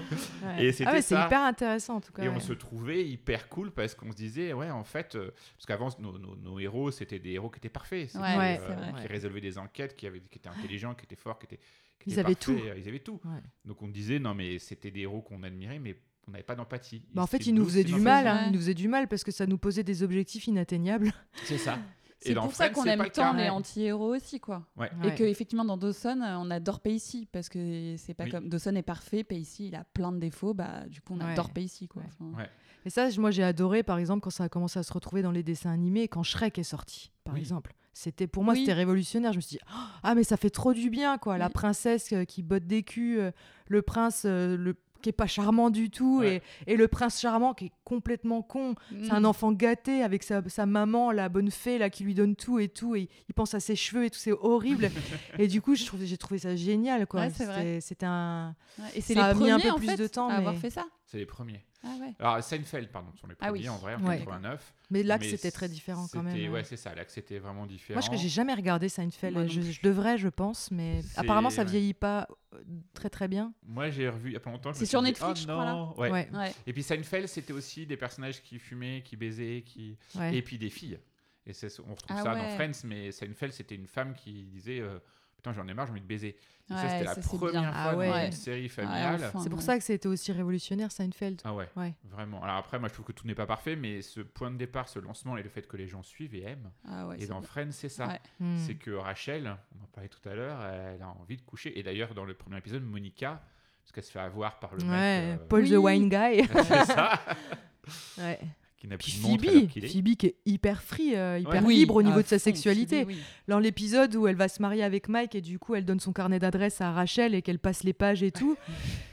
Et c'était
ah ouais, c'est
ça.
hyper intéressant en tout cas.
Et on
ouais.
se trouvait hyper cool parce qu'on se disait, ouais, en fait, euh, parce qu'avant, nos, nos- nos héros, c'était des héros qui étaient parfaits. C'était,
Ouais,
Ouais.
c'est vrai.
Qui résolvaient des enquêtes, qui, avaient, qui étaient intelligents, qui étaient forts, qui étaient. qui
Ils
étaient
avaient
parfaits,
tout.
euh, Ils avaient tout.
Ouais.
Donc on disait, non, mais c'était des héros qu'on admirait, mais on n'avait pas d'empathie.
Bah, en fait,
C'était
il nous
nous,
faisait
c'était
du
notre-
mal.
faisait-
hein, Il nous faisait du mal parce que ça nous posait des objectifs inatteignables.
C'est ça.
C'est
dans
pour ça
Friends,
qu'on
c'est pas
aime
le
tant
cas.
les
Ouais.
anti-héros aussi, quoi.
Ouais.
Et que effectivement dans Dawson, euh, on adore Pacey parce que c'est pas
Oui.
comme Dawson est parfait, Pacey il a plein de défauts, bah du coup on
Ouais.
adore Pacey quoi.
Ouais.
Enfin,
Ouais.
Et ça, je- moi, j'ai adoré, par exemple, quand ça a commencé à se retrouver dans les dessins animés, quand Shrek est sorti, par
Oui.
exemple. C'était pour moi,
Oui.
c'était révolutionnaire. Je me suis dit, ah, mais ça fait trop du bien, quoi. La
Oui.
princesse euh, qui botte des culs, euh, le prince euh, le... qui est pas charmant du tout,
Ouais.
et, et le prince charmant qui est complètement con. C'est
Mm.
un enfant gâté avec sa, sa maman, la bonne fée, là, qui lui donne tout et tout, et il pense à ses cheveux et tout, c'est horrible. et du coup, je trouvais- j'ai trouvé ça génial, quoi.
Ouais, c'est vrai.
C'était- C'était un.
Ouais, Et c'est les
Ça a mis
premiers
un peu
en
plus
fait,
de temps,
à avoir
mais-
fait ça.
C'est les premiers.
Ah ouais.
Alors, Seinfeld, pardon, sont les
Ah
premiers
oui.
en vrai, en
Ouais.
89.
Mais là,
Mais
c'était très différent
c'était-
quand même. hein.
Ouais, c'est ça. Là, que c'était vraiment différent.
Moi, je- j'ai jamais regardé Seinfeld.
Moi non
je,
plus.
je devrais, je pense, mais
C'est-
apparemment, ça
ouais.
vieillit pas euh, très très bien.
Moi, j'ai revu il y a pas longtemps. je me
C'est
suis
sur
dit,
Netflix,
oh,
je crois, là.
non.
Ouais,
Ouais.
ouais.
Ouais.
Et puis Seinfeld, c'était aussi des personnages qui fumaient, qui baisaient, qui et puis des filles. Et c'est, on retrouve
Ah
ça dans
ouais.
Friends, mais Seinfeld, c'était une femme qui disait euh, putain j'en ai marre, j'ai envie de baiser. Et
Ouais,
ça c'était la
ça, c'est
première
bien.
fois
Ah ouais.
dans
Ouais.
une série
Ouais,
familiale.
enfin,
C'est pour
ouais.
ça que c'était aussi révolutionnaire, Seinfeld.
Ah ouais,
Ouais.
vraiment. Alors après, moi je trouve que tout n'est pas parfait, mais ce point de départ, ce lancement et le fait que les gens suivent et aiment.
Ah ouais,
et
c'est
dans
bien.
Friends, c'est ça.
Ouais. Mm.
Hmm.
C'est que Rachel, on en parlait tout à l'heure, elle a envie de coucher. Et d'ailleurs, dans le premier épisode, Monica, parce qu'elle se fait avoir par le
Ouais,
mec. euh,
Paul
Oui.
the Wine Guy.
(laughs) c'est ça.
Ouais.
Qui n'a
Puis
plus de montre alors
Phoebe,
qu'il est.
Phoebe qui est hyper free, euh, hyper
Oui, Ah,
libre au niveau
à
de sa
fond,
sexualité. (laughs)
Phoebe, oui.
Dans l'épisode où elle va se marier avec Mike et du coup elle donne son carnet d'adresse à Rachel et qu'elle passe les pages et tout,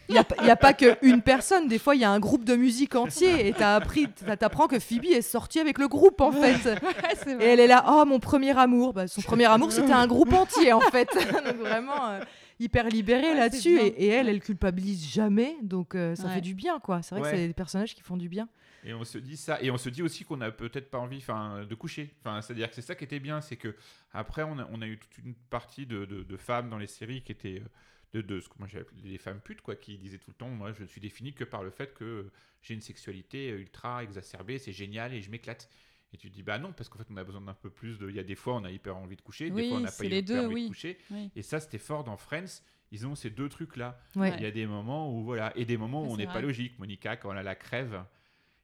il n'y a, pas qu'une personne, des fois il y a un groupe de musique entier et t'as appris, t'as- t'apprends que Phoebe est sortie avec le groupe en fait.
Ouais, c'est
Et
vrai.
elle est là, oh mon premier amour. Bah, son premier amour, c'était un groupe entier en fait. (laughs) donc vraiment euh, hyper libérée
Ouais,
là-dessus.
c'est
Et,
bien.
et elle, elle culpabilise jamais. Donc euh, ça
Ouais.
fait du bien quoi. C'est vrai que
Ouais.
c'est des personnages qui font du bien.
Et on se dit ça, et on se dit aussi qu'on n'a peut-être pas envie enfin, de coucher. Enfin, C'est-à-dire que c'est ça qui était bien, c'est que après on a, on a eu toute une partie de, de- de femmes dans les séries qui étaient euh, de, de ce que moi j'ai appelé les femmes putes, quoi, qui disaient tout le temps, moi je ne suis définie que par le fait que j'ai une sexualité euh, ultra exacerbée, c'est génial et je m'éclate. Et tu te dis, bah non, parce qu'en fait on a besoin d'un peu plus de... Il y a des fois on a hyper envie de coucher,
Oui,
des fois on n'a
c'est
pas
les
hyper
deux,
envie
oui.
de coucher.
Oui.
Et ça c'était fort dans Friends, ils ont ces deux trucs-là.
Ouais. Ah,
Il y a des moments où voilà, et des moments
Ouais,
où on
c'est
n'est
vrai.
pas logique. Monica, quand elle a la
(laughs)
crève,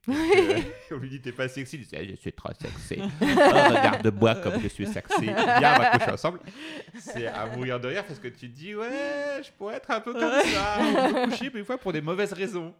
et que- (laughs) on lui dit t'es pas sexy, elle dit Ah, je suis trop
(laughs)
sexy. Oh, Regarde-moi comme je suis sexy. Viens, on va coucher ensemble. C'est
(laughs)
à mourir de rire parce que tu te dis ouais, je pourrais être un peu comme ça, on peut coucher mais une fois pour des mauvaises raisons.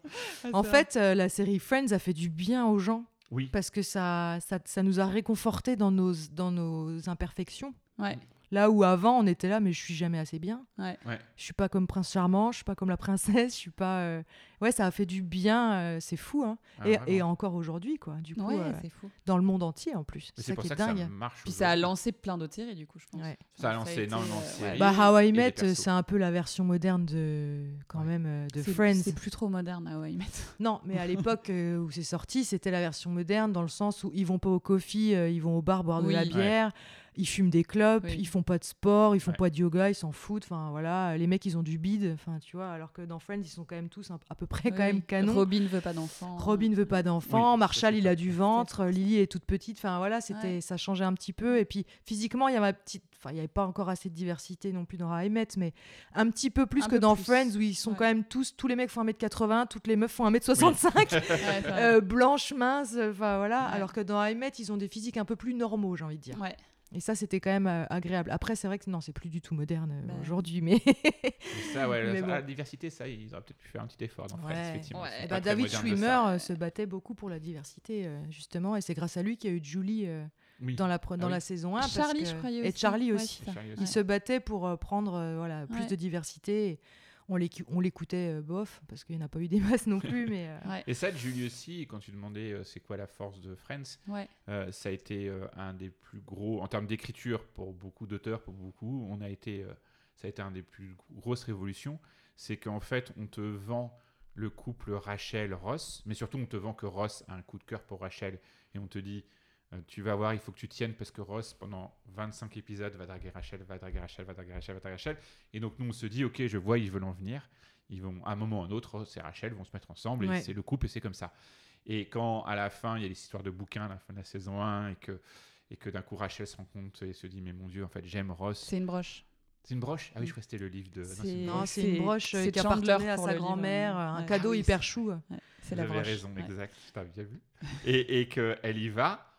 En fait, euh, la série Friends a fait du bien aux gens
Oui,
parce que ça, ça, ça nous a réconfortés dans nos, dans nos imperfections.
Ouais.
Là où avant on était là, mais je suis jamais assez bien.
Ouais.
Ouais.
Je suis pas comme Prince Charmant, je suis pas comme la princesse, (laughs) je suis pas. euh, Ouais, ça a fait du bien, euh, c'est fou. Hein.
Ah,
et,
vraiment.
et encore aujourd'hui, quoi. Du coup,
Ouais,
euh,
c'est fou.
dans le monde entier en plus.
Mais
C'est ça,
c'est pour
qui
ça
est
que ça
dingue.
marche.
Puis ça a
aujourd'hui.
lancé plein d'autres séries du coup, je pense.
Ouais.
Ça a
Ça a été,
lancé énormément de
euh, ouais.
séries.
Bah, How
et
I
des
Met, euh,
persos.
c'est un peu la version moderne de quand
Ouais.
même euh, de
C'est-
Friends.
C'est plus trop moderne à ouais, ils mettent.
Non, mais
(laughs)
à l'époque euh, où c'est sorti, c'était la version moderne dans le sens où ils vont pas au coffee, euh, ils vont au bar boire de
Oui.
la
Ouais.
bière, ils fument des clopes,
Oui.
ils font pas de sport, ils font
Ouais.
pas de yoga, ils s'en foutent. Enfin voilà, les mecs ils ont du bide, enfin tu vois. Alors que dans Friends ils sont quand même tous un- à peu près quand même canon.
Robin veut pas d'enfant.
Robin veut pas d'enfant,
Oui,
Marshall
ça, c'est
il a
pas-
du ventre, Lily est toute petite, enfin voilà, c'était
Ouais.
ça changeait un petit peu et puis physiquement il y a ma petite enfin il y avait pas encore assez de diversité non plus dans Raimet mais un petit peu plus
Un
que
peu
dans
plus.
Friends où ils sont
Ouais.
quand même tous tous les mecs font 1m80, toutes les meufs font 1m65,
Ouais, c'est vrai.
euh, blanches, minces, euh, enfin voilà,
Ouais.
alors que dans Raimet ils ont des physiques un peu plus normaux, j'ai envie de dire.
Ouais.
Et ça c'était quand même euh, agréable. Après c'est vrai que non, c'est plus du tout moderne euh,
Bah.
aujourd'hui mais (laughs)
Et ça, ouais, ça-
Mais bon.
la diversité, ça, ils auraient peut-être pu faire un petit effort dans Friends,
Ouais.
effectivement.
Ouais.
Ils sont
Eh
pas
Bah,
très
David
modernes de
Schwimmer
ça.
euh, se battait beaucoup pour la diversité, euh, justement, et c'est grâce à lui qu'il y a eu Julie euh,
Oui.
dans, la, pre- dans
Ah oui.
la saison 1. parce
Charlie,
que-
je croyais
Et
aussi.
Charlie
Ouais,
aussi.
c'est ça.
Charlie
Ils
aussi.
Ouais.
se battaient pour euh, prendre euh, voilà, plus
Ouais.
de diversité. et on les, on l'écoutait euh, bof, parce qu'il n'y en a pas eu des (laughs) masses non plus, mais euh,
Ouais.
Et ça, Julie aussi, quand tu demandais euh, c'est quoi la force de Friends,
Ouais.
euh, ça a été euh, un des plus gros, en termes d'écriture, pour beaucoup d'auteurs, pour beaucoup, on a été, euh, ça a été un des plus grosses révolutions. C'est qu'en fait, on te vend le couple Rachel-Ross, mais surtout on te vend que Ross a un coup de cœur pour Rachel et on te dit euh, tu vas voir, il faut que tu tiennes parce que Ross, pendant 25 épisodes, va draguer Rachel, va draguer Rachel, va draguer Rachel, va draguer Rachel. Et donc nous on se dit ok, je vois, ils veulent en venir. Ils vont, à un moment ou à un autre, Ross et Rachel vont se mettre ensemble et
Ouais.
c'est le couple et c'est comme ça. Et quand à la fin, il y a les histoires de bouquins, à la fin de la saison 1 et que, et que d'un coup Rachel se rend compte et se dit mais mon dieu, en fait j'aime Ross.
C'est une broche.
C'est une broche Ah oui, je crois que c'était le livre de. non, c'est une
C'est-
broche.
Non, c'est une broche euh,
c'est
qui
Chandler
appartenait à
pour
sa
le livre,
grand-mère, euh,
ouais.
un
Ouais.
cadeau
Ah oui,
hyper
c'est-
chou.
Ouais, c'est la
Vous
broche.
avez raison,
ouais.
exact. T'as bien vu. Et, et qu'elle y va,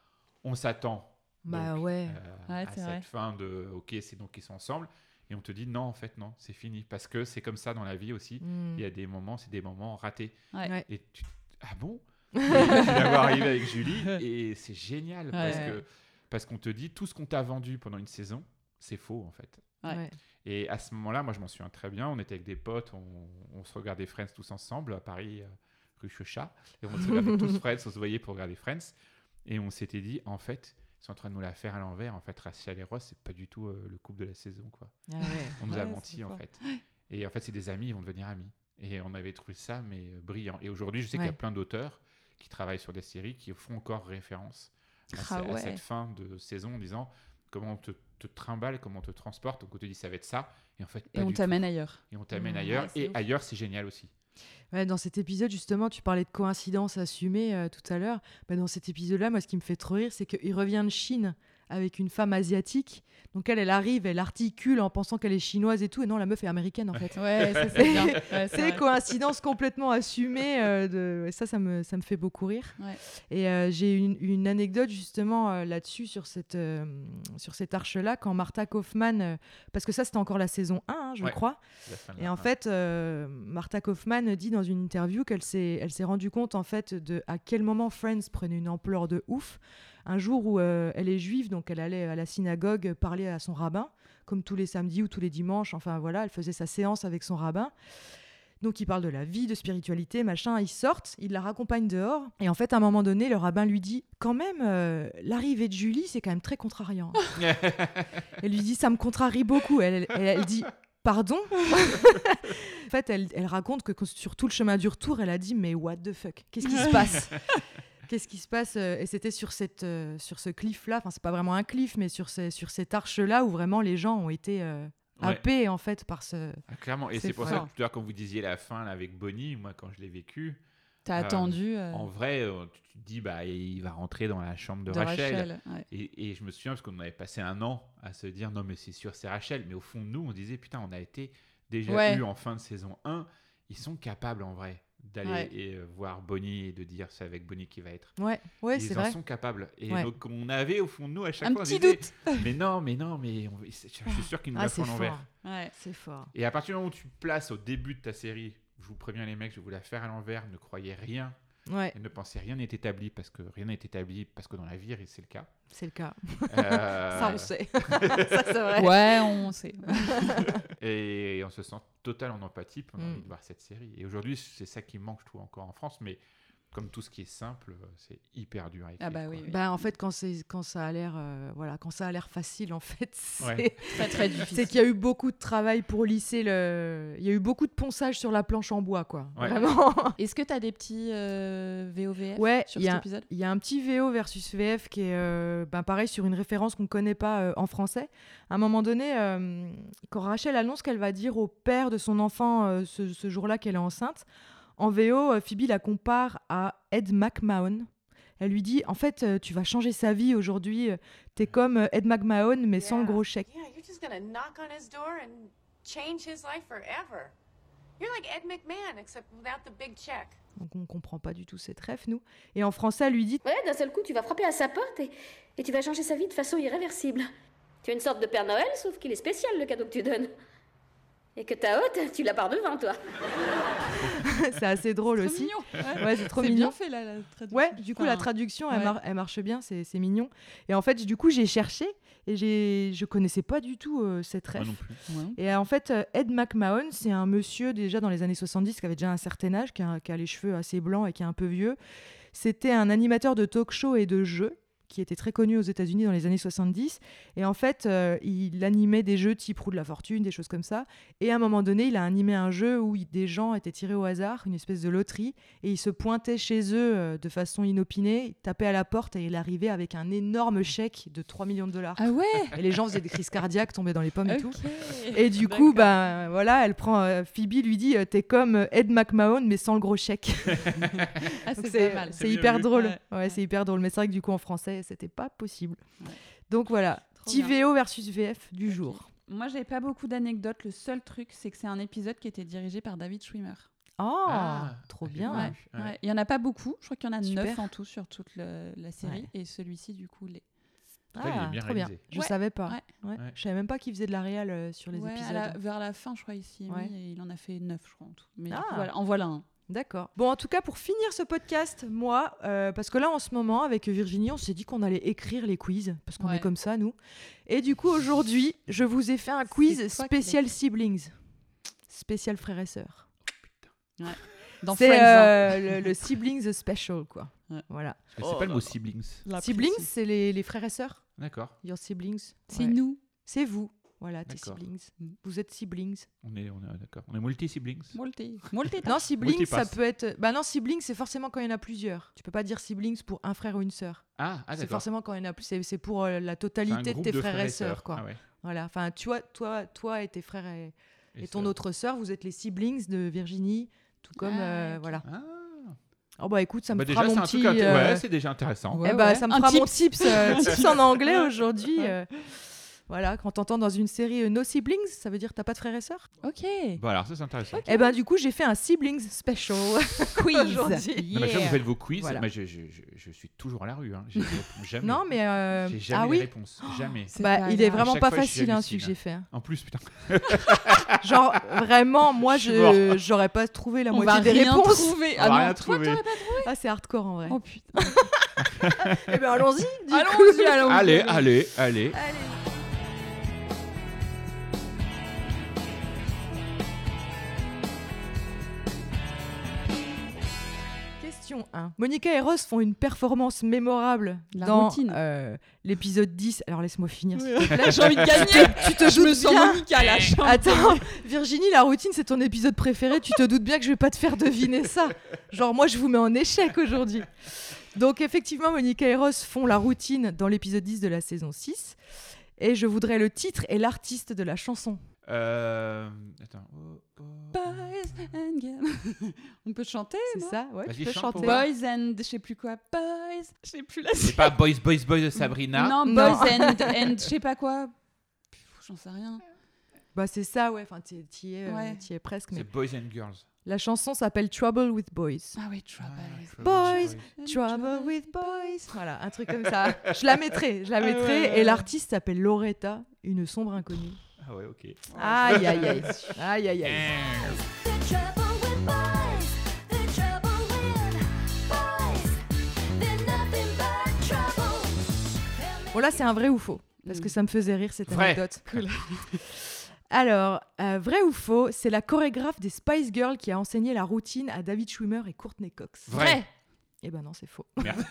on s'attend
Bah
Donc,
ouais.
euh,
Ouais,
à
c'est
cette
vrai.
fin de OK, c'est donc ils sont ensemble. Et on te dit non, en fait, non, c'est fini. Parce que c'est comme ça dans la vie aussi.
Mm.
Il y a des moments, c'est des moments ratés.
Ouais.
Ouais.
Et tu ah
(laughs)
bon Tu la vois arriver avec Julie et c'est génial parce
Ouais.
que parce qu'on te dit tout ce qu'on t'a vendu pendant une saison, c'est faux en fait.
Ouais.
Ouais.
Et à ce moment-là, moi je m'en souviens très bien, on était avec des potes, on, on se regardait Friends tous ensemble à Paris, euh, rue Chechat, et on se regardait tous Friends, on se voyait pour regarder Friends, et on s'était dit, en fait, ils sont en train de nous la faire à l'envers, en fait, Rachel et Ross, c'est pas du tout euh, le couple de la saison, quoi.
Ah ouais. (laughs)
On nous
Ouais,
a menti,
c'est
en
fort.
fait. Et en fait, c'est des amis, ils vont devenir amis. Et on avait trouvé ça, mais euh, brillant. Et aujourd'hui, je sais qu'il y
Ouais.
a plein d'auteurs qui travaillent sur des séries qui font encore référence à,
Ah
ce- à
ouais.
cette fin de saison en disant comment on te, te trimballe, comment on te transporte. Donc on te dit ça va être ça. Et en fait, pas
Et on
du tout.
t'amène ailleurs.
Et on t'amène
Ouais,
ailleurs.
c'est
et
ouf.
ailleurs, c'est génial aussi.
Ouais, dans cet épisode, justement, tu parlais de coïncidence assumée euh, tout à l'heure. Bah, dans cet épisode-là, moi, ce qui me fait trop rire, c'est qu'il revient de Chine avec une femme asiatique. Donc, elle, elle arrive, elle articule en pensant qu'elle est chinoise et tout. Et non, la meuf est américaine, en
(laughs)
fait.
Ouais, ça, (laughs)
c'est
c'est
bien.
bien.
C'est coïncidence complètement assumée. euh, de... et Ça, ça me, ça me fait beaucoup rire.
Ouais.
Et euh, j'ai une, une anecdote justement euh, là-dessus, sur cette, euh, sur cette arche-là, quand Martha Kaufman, euh, parce que ça, c'était encore la saison 1, hein, je
Ouais.
crois.
La fin de
Et
la
en
fin.
fait, euh, Martha Kaufman dit dans une interview qu'elle s'est, elle s'est rendue compte en fait de à quel moment Friends prenait une ampleur de ouf. Un jour où euh, elle est juive, donc elle allait à la synagogue parler à son rabbin, comme tous les samedis ou tous les dimanches. Enfin voilà, elle faisait sa séance avec son rabbin. Donc ils parlent de la vie, de spiritualité, machin. Ils sortent, ils la raccompagnent dehors. Et en fait, à un moment donné, le rabbin lui dit quand même, euh, l'arrivée de Julie, c'est quand même très contrariant. hein.
(laughs)
elle lui dit ça me contrarie beaucoup. Elle, elle, elle dit
(laughs)
pardon. en fait, elle, elle raconte que sur tout le chemin du retour, elle a dit mais what the fuck, qu'est-ce qui se
(laughs)
passe Qu'est-ce qui se passe Et c'était sur cette, euh, sur ce cliff-là. Enfin, c'est pas vraiment un cliff, mais sur ces, sur cette arche-là où vraiment les gens ont été euh,
Ouais.
happés en fait par ce.
Ah, (laughs) clairement. Et
c'est
c'est pour
fort.
ça que tout à l'heure, quand vous disiez la fin là, avec Bonnie, moi, quand je l'ai vécu,
T'as
Euh,
attendu euh,
en vrai, euh, tu tu te dis, bah, il va rentrer dans la chambre de,
de
Rachel.
Rachel. ouais.
Et, et je me souviens, parce qu'on avait passé un an à se dire, non, mais c'est sûr, c'est Rachel. Mais au fond de nous, on disait, putain, on a été déjà
Ouais.
eu en fin de saison 1. Ils sont capables, en vrai, d'aller
Ouais.
et, euh, voir Bonnie et de dire, c'est avec Bonnie qui va être.
Ouais, ouais, c'est
Ils en
vrai.
sont capables. Et
Ouais.
donc, on avait au fond de nous à chaque
Un
fois. on
petit
disait,
doute.
Mais non, mais non, mais on- je suis sûr qu'ils nous
Ah,
la
c'est
font à l'envers.
fort.
Ouais.
C'est fort.
Et à partir du moment où tu places au début de ta série, je vous préviens les mecs, je vais vous la faire à l'envers, ne croyez rien,
Ouais,
et ne pensez rien n'est établi, parce que rien n'est établi, parce que dans la vie, c'est le cas.
c'est le cas.
Euh,
(laughs) Ça,
(laughs)
on sait. ça, c'est vrai.
Ouais, on
(laughs)
sait.
et on se sent total en empathie, puis on a
Mm.
envie de voir cette série. Et aujourd'hui, c'est ça qui manque, je trouve, encore en France, mais comme tout ce qui est simple, c'est hyper dur à écrire.
Ah bah oui,
quoi.
oui.
Bah, en fait, quand, c'est- quand ça a l'air euh, voilà, quand ça a l'air facile, en fait, c'est
Ouais.
très très
c'est
difficile.
qu'il y a eu beaucoup de travail pour lisser le. Il y a eu beaucoup de ponçage sur la planche en bois, quoi.
Ouais.
Vraiment. (laughs)
Est-ce que t'as des petits euh, VOVF
Ouais,
sur
il y
cet
a-
épisode
Il y a un petit VO versus VF qui est euh, ben pareil sur une référence qu'on ne connaît pas euh, en français. À un moment donné, euh, quand Rachel annonce qu'elle va dire au père de son enfant euh, ce, ce jour-là qu'elle est enceinte, en VO, euh, Phoebe la compare à Ed McMahon. Elle lui dit En fait, euh, tu vas changer sa vie aujourd'hui. euh, T'es comme euh, Ed McMahon, mais sans le gros chèque.
Yeah, you're just gonna knock on his door and change his life forever. You're like Ed McMahon, except without the big check.
Donc on comprend pas du tout cette rêve, nous. Et en français, elle lui dit
Ouais, d'un seul coup, tu vas frapper à sa porte et, et tu vas changer sa vie de façon irréversible. Tu es une sorte de Père Noël, sauf qu'il est spécial le cadeau que tu donnes. Et que ta hôte, tu l'as par devant, toi.
C'est assez drôle
Trop
aussi.
mignon.
Ouais, c'est trop
C'est
mignon.
bien fait là, la traduction.
Ouais, du coup, la
Enfin,
traduction, elle,
ouais.
mar- elle marche bien, c'est c'est mignon. Et en fait, du coup, j'ai cherché et j'ai- je connaissais pas du tout euh, cette
Moi
ref.
non plus.
ouais.
Et euh, en fait, euh, Ed McMahon, c'est un monsieur déjà dans les années 70 qui avait déjà un certain âge, qui a, qui a les cheveux assez blancs et qui est un peu vieux. C'était un animateur de talk show et de jeux qui était très connu aux États-Unis dans les années 70. Et en fait, euh, il animait des jeux type Roue de la Fortune, des choses comme ça. Et à un moment donné, il a animé un jeu où il- des gens étaient tirés au hasard, une espèce de loterie, et ils se pointaient chez eux euh, de façon inopinée, ils tapaient à la porte et il arrivait avec un énorme chèque de 3 millions de dollars.
Ah (laughs) ouais
Et les gens faisaient des crises cardiaques, tombaient dans les pommes et tout.
Ok.
Et du
D'accord.
coup, ben voilà, elle prend euh, Phoebe lui dit euh, t'es comme euh, Ed McMahon mais sans le
(laughs)
gros chèque.
Ah,
Donc
c'est pas mal.
C'est
bien
hyper
vu.
drôle.
Ouais.
Ouais, c'est hyper drôle. Mais c'est vrai que du coup en français c'était pas possible.
Ouais.
Donc voilà,
Trop
petit
bien.
VO versus VF du jour.
Moi, j'ai pas beaucoup d'anecdotes. Le seul truc, c'est que c'est un épisode qui était dirigé par David Schwimmer.
Oh,
Ah,
trop
j'ai
bien.
pas
Ouais.
vu.
Ouais, Il
Ouais.
y en a pas beaucoup. Je crois qu'il y en a
Super.
neuf en tout sur toute le- la série.
Ouais.
Et celui-ci, du coup, l'est.
Putain, il est bien
Ah, trop
réalisé.
Je
Ouais.
savais pas.
Ouais.
Ouais.
Ouais.
Je savais même pas qu'il faisait de la réal euh, sur les
Ouais, à
épisodes.
la- vers la fin, je crois, ici.
Ouais.
Et il en a fait neuf, je crois, en tout. Mais du coup,
Ah.
voilà, en voilà un.
D'accord. Bon, en tout cas, pour finir ce podcast, moi, euh, parce que là, en ce moment, avec Virginie, on s'est dit qu'on allait écrire les quiz, parce qu'on
Ouais.
est comme ça, nous. Et du coup, aujourd'hui, je vous ai fait un quiz
C'est toi qui
spécial siblings, spécial frères et sœurs.
Dans
C'est
Friends, hein.
euh, le,
(laughs)
le siblings special, quoi.
Ouais.
Voilà.
Je sais pas le mot siblings.
Siblings, c'est les, les frères et sœurs.
D'accord.
Your siblings.
C'est
Ouais.
nous. Mm.
C'est vous. Voilà, tes
D'accord.
siblings. Vous êtes siblings.
On est, on est d'accord. On est multi siblings.
Molté. Molté.
Non, siblings, ça
Multipass.
peut être. Bah non, siblings, c'est forcément quand il y en a plusieurs. Tu peux pas dire siblings pour un frère ou une sœur.
Ah, ah
c'est
d'accord.
forcément quand il y en a plus. C'est c'est pour euh,
C'est
la
un
totalité de
groupe
tes frères, et sœurs, quoi.
Ah ouais.
Voilà. Enfin, tu vois, toi, toi et tes frères et, et ton
sœurs.
autre sœur, vous êtes les siblings de Virginie, tout comme
Ah,
euh,
ok.
voilà.
Ah.
Oh bah écoute, ça me
Bah,
fera
déjà, c'est
mon
un
petit.
truc. inté-
euh,
Ouais, c'est déjà intéressant.
Ouais,
eh bah,
ouais.
ça me
Un
fera mon
tips.
tips,
(laughs)
euh, tips en anglais
Ouais.
aujourd'hui.
Ouais.
euh. Voilà, quand t'entends dans une série euh, No Siblings, ça veut dire t'as pas de frères et sœurs
Ok.
Bah alors, ça c'est intéressant.
Eh ben du coup, j'ai fait un Siblings Special.
(laughs) Quiz.
Aujourd'hui.
Non, mais ça, vous faites vos quiz.
Voilà.
Moi, je, je- je- je suis toujours à la rue. Hein.
(laughs)
J'ai des réponses jamais.
non mais... euh,
J'ai jamais
ah
les
oui
réponses.
(gasps)
Jamais.
C'est
bah,
pas
il est
grave.
vraiment
chaque
pas
fois, je suis
facile hein, celui que
halluciné.
j'ai fait. hein.
En plus, putain.
Genre vraiment, moi
Je suis mort.
je j'aurais pas trouvé la
On va
moitié des
rien
réponses.
trouver.
on va
Ah
rien
non, toi,
trouver.
t'aurais pas
Ah, c'est hardcore en vrai.
trouvé. Oh putain.
Eh ben allons-y. du
Allons-y,
coup.
allons-y.
Allez, allez, allez.
Question 1. Monica et Ross font une performance mémorable
La
dans
routine.
euh, l'épisode 10. Alors laisse-moi finir. s'il te plaît.
J'ai
(laughs)
envie de gagner.
Tu te
Je me
doutes
sens
bien.
Monica là. j'ai envie de
Attends, Virginie, la routine, c'est ton épisode préféré. Tu te doutes bien que je vais pas te faire deviner ça. Genre, moi, je vous mets en échec aujourd'hui. Donc, effectivement, Monica et Ross font la routine dans l'épisode 10 de la saison 6. Et je voudrais le titre et l'artiste de la chanson.
Euh, attends. Oh, oh,
Boys and girls. (laughs) On peut chanter
C'est
non
ça Ouais,
Vas-y,
tu peux
chante pour
chanter.
moi.
Boys and je sais plus quoi. Boys. Je sais plus la
C'est pas Boys, Boys, Boys de Sabrina.
Non,
Non. (laughs)
Boys and, and je sais pas quoi. Pff, J'en sais rien.
Bah, c'est ça, ouais. Enfin, t'y t'y es, euh,
Ouais.
t'y es presque.
C'est
Mais...
Boys and Girls.
La chanson s'appelle Trouble with Boys.
Ah oui, Trouble.
Boys.
Ah
Trouble with Boys. Ah Voilà, un truc comme (laughs) ça. Je la mettrai, je la mettrai. Et l'artiste s'appelle Loretta, une sombre inconnue.
Ah ouais, ok.
Aïe, aïe, (laughs) aïe. Aïe, aïe, aïe.
Eh,
Bon, là, c'est un vrai ou faux, parce que ça me faisait rire cette
Vrai. (laughs)
anecdote. Alors, euh, vrai ou faux, c'est la chorégraphe des Spice Girls qui a enseigné la routine à David Schwimmer et Courtney Cox.
Vrai. Vrai.
Eh ben non, c'est faux.
Merde.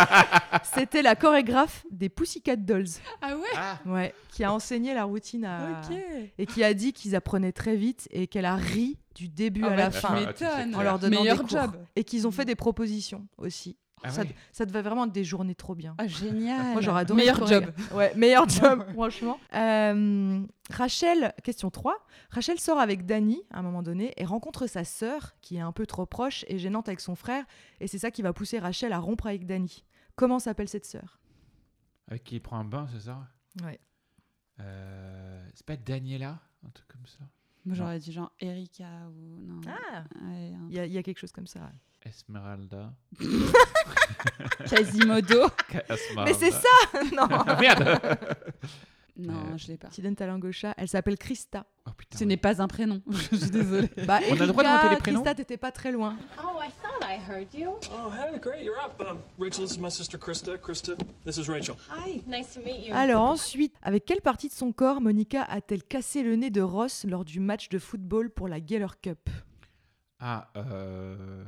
(laughs) C'était la chorégraphe des Pussycat Dolls,
Ah ouais
Ah,
ouais, qui a enseigné la routine à...
Ok.
Et qui a dit qu'ils apprenaient très vite et qu'elle a ri du début
Ah
à
bah,
la
tu
fin.
m'étonnes.
m'étonnes.
En leur donnant
Meilleur
des cours.
job. Mm.
Et qu'ils ont fait des propositions aussi.
ah
ça,
ouais.
ça devait vraiment être des journées trop bien.
Ah, génial.
Moi, j'aurais adoré.
Meilleur
être
job.
choré- (laughs) Ouais, meilleur job, franchement. Euh, Rachel, question 3. Rachel sort avec Danny à un moment donné et rencontre sa sœur qui est un peu trop proche et gênante avec son frère. Et c'est ça qui va pousser Rachel à rompre avec Danny. Comment s'appelle cette sœur
Avec Ah, qui il prend un bain, c'est ça
Ouais.
Euh, c'est pas Daniela Un truc comme ça.
Moi, j'aurais dit genre Erika ou. Non.
Ah
Ouais, un- (laughs)
Il y, a- il y a quelque chose comme ça. ouais.
Esmeralda.
Quasimodo.
Mais c'est ça (laughs) (laughs) Non
Ah, merde
(laughs) non,
Euh,
je l'ai pas.
Tu donnes ta langue au chat. Elle
(laughs)
s'appelle Krista.
Oh putain.
Ce n'est pas un prénom. (laughs) je suis désolée.
Bah,
On a le droit de
Erika,
monter les prénoms
Krista, t'étais pas très loin.
Oh, I thought I heard you.
Oh, hey, great, you're up. Um, Rachel, this is my sister Krista. Krista, this is Rachel.
Hi. Nice to meet you.
Alors ensuite, avec quelle partie de son corps Monica a-t-elle cassé le nez de Ross lors du match de football pour la Geller Cup
Ah, euh...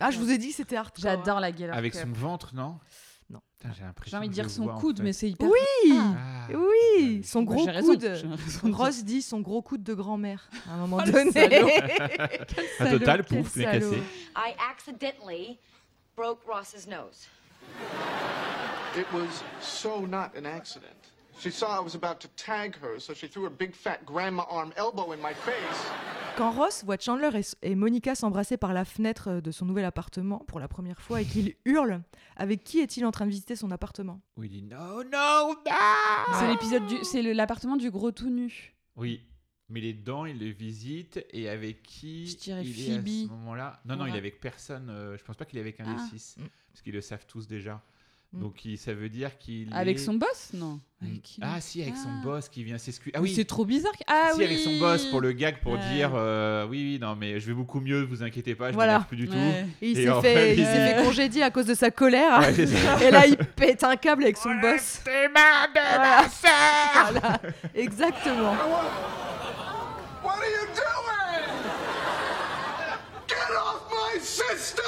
Ah, je vous ai dit que c'était hardcore.
J'adore la galère.
avec son ventre, non
Non.
Putain, J'ai l'impression
J'ai envie de
que
dire
je
son
vois, en
coude,
fait.
mais c'est hyper.
Oui,
Ah.
oui, son
Bah,
gros
j'ai raison,
coude.
j'ai raison de dire.
Ross dit son gros coude de grand-mère à un moment
Oh, le
donné.
salaud.
Un total,
quel
pouf, il est
salaud.
cassé.
I accidentally broke Ross's nose.
It was so not an accident. She saw I was about to tag her, so she threw her big fat grandma arm elbow in my face.
(laughs) Quand Ross voit Chandler et, et Monica s'embrasser par la fenêtre euh, de son nouvel appartement pour la première fois et qu'il hurle, avec qui est-il en train de visiter son appartement
Où il dit non, non, non
C'est l'épisode du, c'est le- l'appartement du gros tout nu.
Oui, mais les dents, il les visite et avec qui
Je dirais
il Est à
Phoebe.
ce moment-là, non, non, il
Ouais.
est avec personne. euh, je pense pas qu'il est avec un
Ah.
des six,
Mm.
parce qu'ils le savent tous déjà.
Mm.
Donc il- ça veut dire qu'il
Avec
est-
son boss, non
Mm.
Avec qui
ah si, avec son
Ah.
boss qui vient s'excuser. Ah
Mais
oui,
C'est trop bizarre. Ah
si,
oui.
avec son boss pour le gag pour
Ouais.
dire euh, oui, oui, non, mais je vais beaucoup mieux, vous inquiétez pas, je
Voilà.
m'énerve plus du
Ouais.
(laughs) tout.
Et il
Et
s'est
en
fait,
fait,
il
il-
s'est fait congédier à cause de sa colère.
Ouais, c'est ça.
(laughs) et là, il pète un câble avec son boss. Voilà. Voilà. Exactement.
What are you doing? Get off my sister!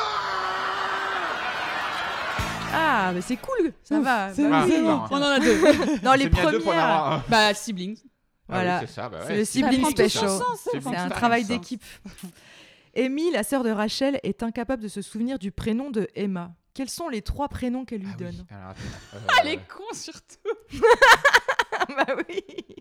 Ah, mais c'est cool. Ça
Ouf,
va.
c'est
Bah
Ah,
bon,
oui.
c'est bon.
non.
On en a deux.
Non,
On
les
s'est mis à deux pour en
premières.
avoir un.
bah siblings.
Ah oui,
Voilà.
c'est ça, bah
C'est
ouais,
le
c'est-
sibling
prend tout son
special.
sens, ça,
C'est
quand
C'est
ça.
un
même.
travail
Ça.
d'équipe. (laughs) Amy, la sœur de Rachel, est incapable de se souvenir du prénom de Emma. Quels sont les trois prénoms qu'elle
Ah
lui
oui, (laughs)
donne
alors,
(laughs)
attends, euh,
Elle est con surtout.
Ah bah oui (laughs)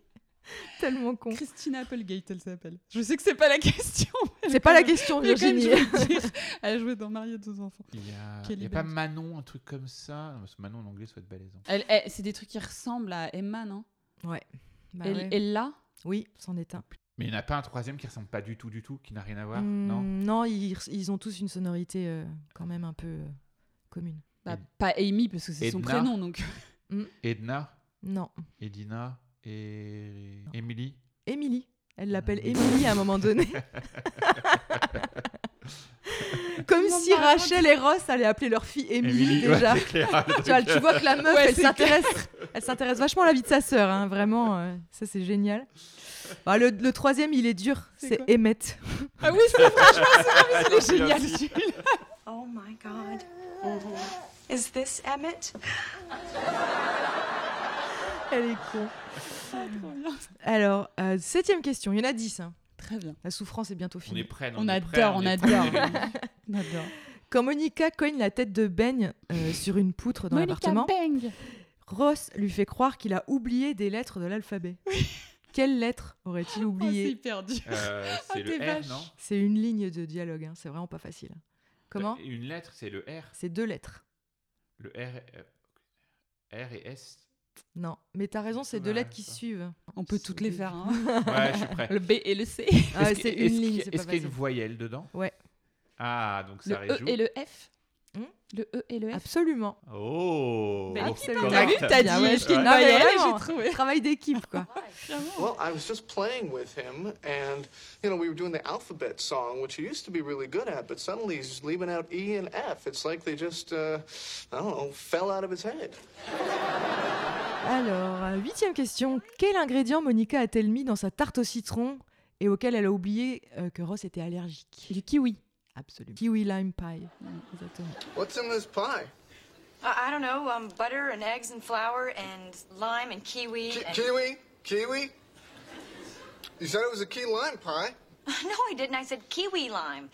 Tellement con.
Christina Applegate, elle s'appelle. Je sais que c'est pas la (laughs) question. mais
C'est pas la
quand même-
question,
mais quand même,
Virginie.
je vais le dire. Elle jouait dans Mariée de deux enfants.
Il y a,
Kelly
il y a pas
Bennett.
Manon, un truc comme ça. Non, parce que Manon en anglais, ça doit être hein. balaisant.
Elle, elle- c'est des trucs qui ressemblent à Emma, non
Bah
elle,
ouais.
elle l'a
Oui, c'en est un.
Mais il n'y en a pas un troisième qui ressemble pas du tout, du tout, qui n'a rien à voir,
Hmm,
non
ils, ils ont tous une sonorité euh, quand même un peu euh, commune.
Bah,
Ed-
Pas Amy, parce que c'est son
Edna.
prénom, donc.
Edna,
Non.
Edina et Emily.
Émilie. Elle l'appelle Émilie à un moment donné. Comme
Maman.
si Rachel et Ross allaient appeler leur fille Émilie
Emily,
déjà.
ouais, c'est
(laughs)
clair, le
tu, vois,
truc.
tu vois que la meuf,
Ouais,
elle
c'est
s'intéresse, elle s'intéresse vachement à la vie de sa sœur, hein, vraiment. euh, ça, c'est génial. Bah, le, le troisième, il est dur.
C'est
C'est
quoi
Emmett.
Ah oui, c'est franchement, (laughs) c'est
Il y a
génial.
aussi-
celui-là.
Oh my God. Mm-hmm. Is this Emmett?
Elle est (laughs) con.
Trop bien.
Alors, euh, septième question. Il y en a dix. hein.
Très bien.
La souffrance est bientôt
On est
finie.
prêts,
On
est
adore,
prêts,
on
est
adore.
prêts.
(laughs)
On adore.
Quand Monica cogne la tête de Ben euh, sur une poutre dans l'appartement,
Bang
Ross lui fait croire qu'il a oublié des lettres de l'alphabet. (laughs) Quelles lettres aurait-il
Oh, c'est
oublié
hyper dur.
Euh,
Ah,
Oh,
c'est
t'es
le
vache.
R, non
C'est une ligne de dialogue. hein, C'est vraiment pas facile. Comment
Une lettre, c'est le R.
C'est deux lettres.
Le R, euh, R et
(laughs)
S.
Non, mais t'as raison, c'est
Dommage,
deux lettres qui
ça.
suivent.
On peut toutes les faire. Hein.
Ouais, je suis prêt.
Le B et le C.
Ah,
Est-ce que-
c'est
est-ce
une ligne,
qu'il-
c'est pas
Est-ce qu'il y
facile.
a une voyelle dedans
Ouais.
Ah, donc
Le
ça réjoue.
E et le F.
Hmm
le E et le F.
Absolument.
(laughs) Oh
Mais
qui t'a
T'as vu
correct.
T'as dit
Bien, ouais,
est-ce qu'il y a une
ouais. Non, mais
voyelle
vraiment.
J'ai trouvé.
Travail d'équipe, quoi.
Well, I was just playing with him, and, you know, we were doing the alphabet song, which he used to be really good at, but suddenly he's just leaving out E and F. It's like they just, uh, I don't know, fell out of his head.
Alors, euh, huitième question. Quel ingrédient Monica a-t-elle mis dans sa tarte au citron et auquel elle a oublié euh, que Ross était allergique
Du kiwi. Mm,
Absolument. Kiwi lime pie. Exactement.
What's in this pie?
Uh,
I, I don't know, um, butter and eggs and flour and lime and kiwi.
Ki-
and...
kiwi? Kiwi? You said it was a key lime pie.
(laughs) No, I didn't. I said kiwi lime.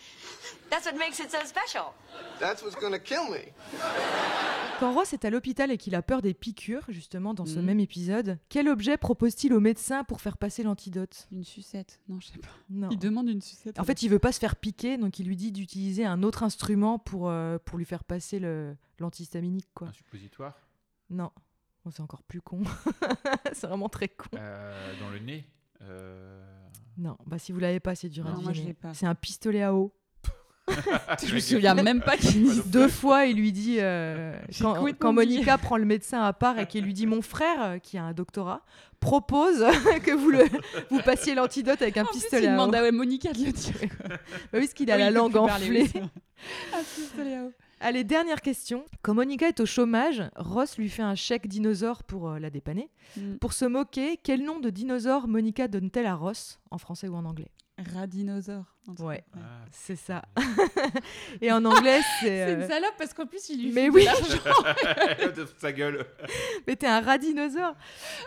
That's what makes it so special.
That's what's gonna kill me.
Quand Ross est à l'hôpital et qu'il a peur des piqûres, justement, dans
Mhm.
ce même épisode, quel objet propose-t-il au médecin pour faire passer l'antidote
Une sucette. Non, je sais pas.
Non.
Il demande une sucette.
En fait, il veut pas se faire piquer, donc il lui dit d'utiliser un autre instrument pour, euh, pour lui faire passer le- l'antihistaminique, quoi.
Ah.
Un suppositoire
Non. Bon, c'est encore plus con. (laughs) c'est vraiment très con.
euh, dans le nez. euh,
Non, bah si vous l'avez pas, c'est dur à
Non, moi, je
deviner.
l'ai pas.
C'est un pistolet à eau.
Ah, je me souviens même pas (laughs) qu'il dit.
Deux fois, il lui dit
(laughs)
euh, quand,
complètement
quand
oublié.
Monica prend le médecin à part et qu'il lui dit mon frère, euh, qui a un doctorat, propose (laughs) que vous le vous passiez l'antidote avec un
En plus,
pistolet
il
à eau.
demande à Monica de le dire.
Bah oui, parce qu'il a
Oui,
la
il peut
langue
plus parler, oui,
enflée.
c'est vrai. (laughs) Un pistolet à eau.
Allez, dernière question. Quand Monica est au chômage, Ross lui fait un chèque dinosaure pour euh, la dépanner.
Mm.
Pour se moquer, quel nom de dinosaure Monica donne-t-elle à Ross, en français ou en anglais
Radinosaure. en tout cas.
Ouais,
Ah, (laughs)
c'est ça. (laughs) Et en
(laughs)
anglais, c'est.
C'est
euh,
une salope parce qu'en plus, il lui
Mais
file de (laughs)
oui.
l'argent.
de sa gueule.
Mais t'es un radinosaure.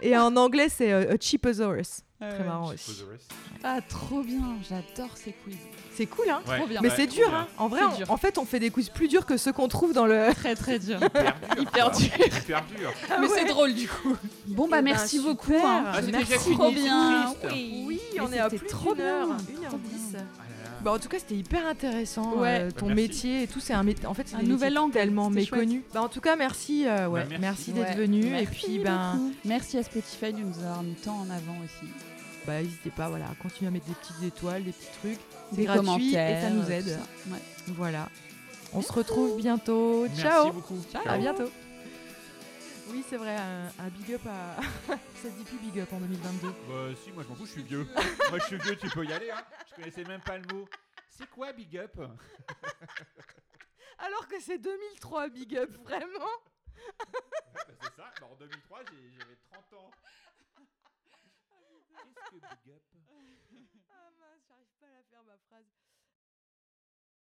Et en anglais, c'est euh, a cheaposaurus.
Ah
Très
ouais.
marrant
Suppose
aussi.
the rest.
Ah, trop bien. J'adore ces quiz.
C'est cool, hein
Ouais,
Trop bien.
Mais
ouais,
c'est
trop
dur,
bien.
hein En vrai,
C'est
on-
dur.
en fait, on fait des quiz plus durs que ceux qu'on trouve dans le.
Très, très
(laughs)
dur.
Hyper dur. quoi. Hyper dur.
Mais c'est drôle du coup. (laughs) Bon, bah,
Ah Eh ben,
merci beaucoup.
super.
hein.
Ah, c'était
Merci.
déjà fini,
Trop
c'est
bien.
triste.
Oui,
Mais
on est à
c'était
plus
trop
d'une heure.
bien.
Une heure
Trop
Ah
dix.
là là.
Bah, en tout cas, c'était hyper intéressant.
Ouais.
euh, ton
Bah, merci.
métier et tout, c'est un mét- en fait c'est
Un
des
nouvel
métiers
angle,
tellement
c'était chouette.
méconnu. Bah, en tout cas, merci, euh, ouais,
Bah, merci.
merci. d'être
Ouais.
venu et
Merci
puis ben,
beaucoup. Merci à Spotify de nous avoir mis tant en avant aussi.
bah, n'hésitez pas, voilà, à continuer à mettre des petites étoiles, des petits trucs. C'est
Des
gratuit
commentaires,
et ça nous
tout
aide.
ça. Ouais.
Voilà. On se retrouve bientôt.
Merci
Ciao.
beaucoup.
À bientôt. Oui, c'est vrai, un, un big up à. (laughs) ça se dit plus big up en 2022.
Bah si, moi je m'en fous, je suis vieux. moi je suis vieux, tu peux y aller. Hein. Je connaissais même pas le mot. C'est quoi Big Up
Alors que c'est 2003, big up, vraiment.
C'est ça, Bah, en 2003 j'avais 30 ans. Qu'est-ce que Big Up
Ah mince, j'arrive pas à la faire ma phrase.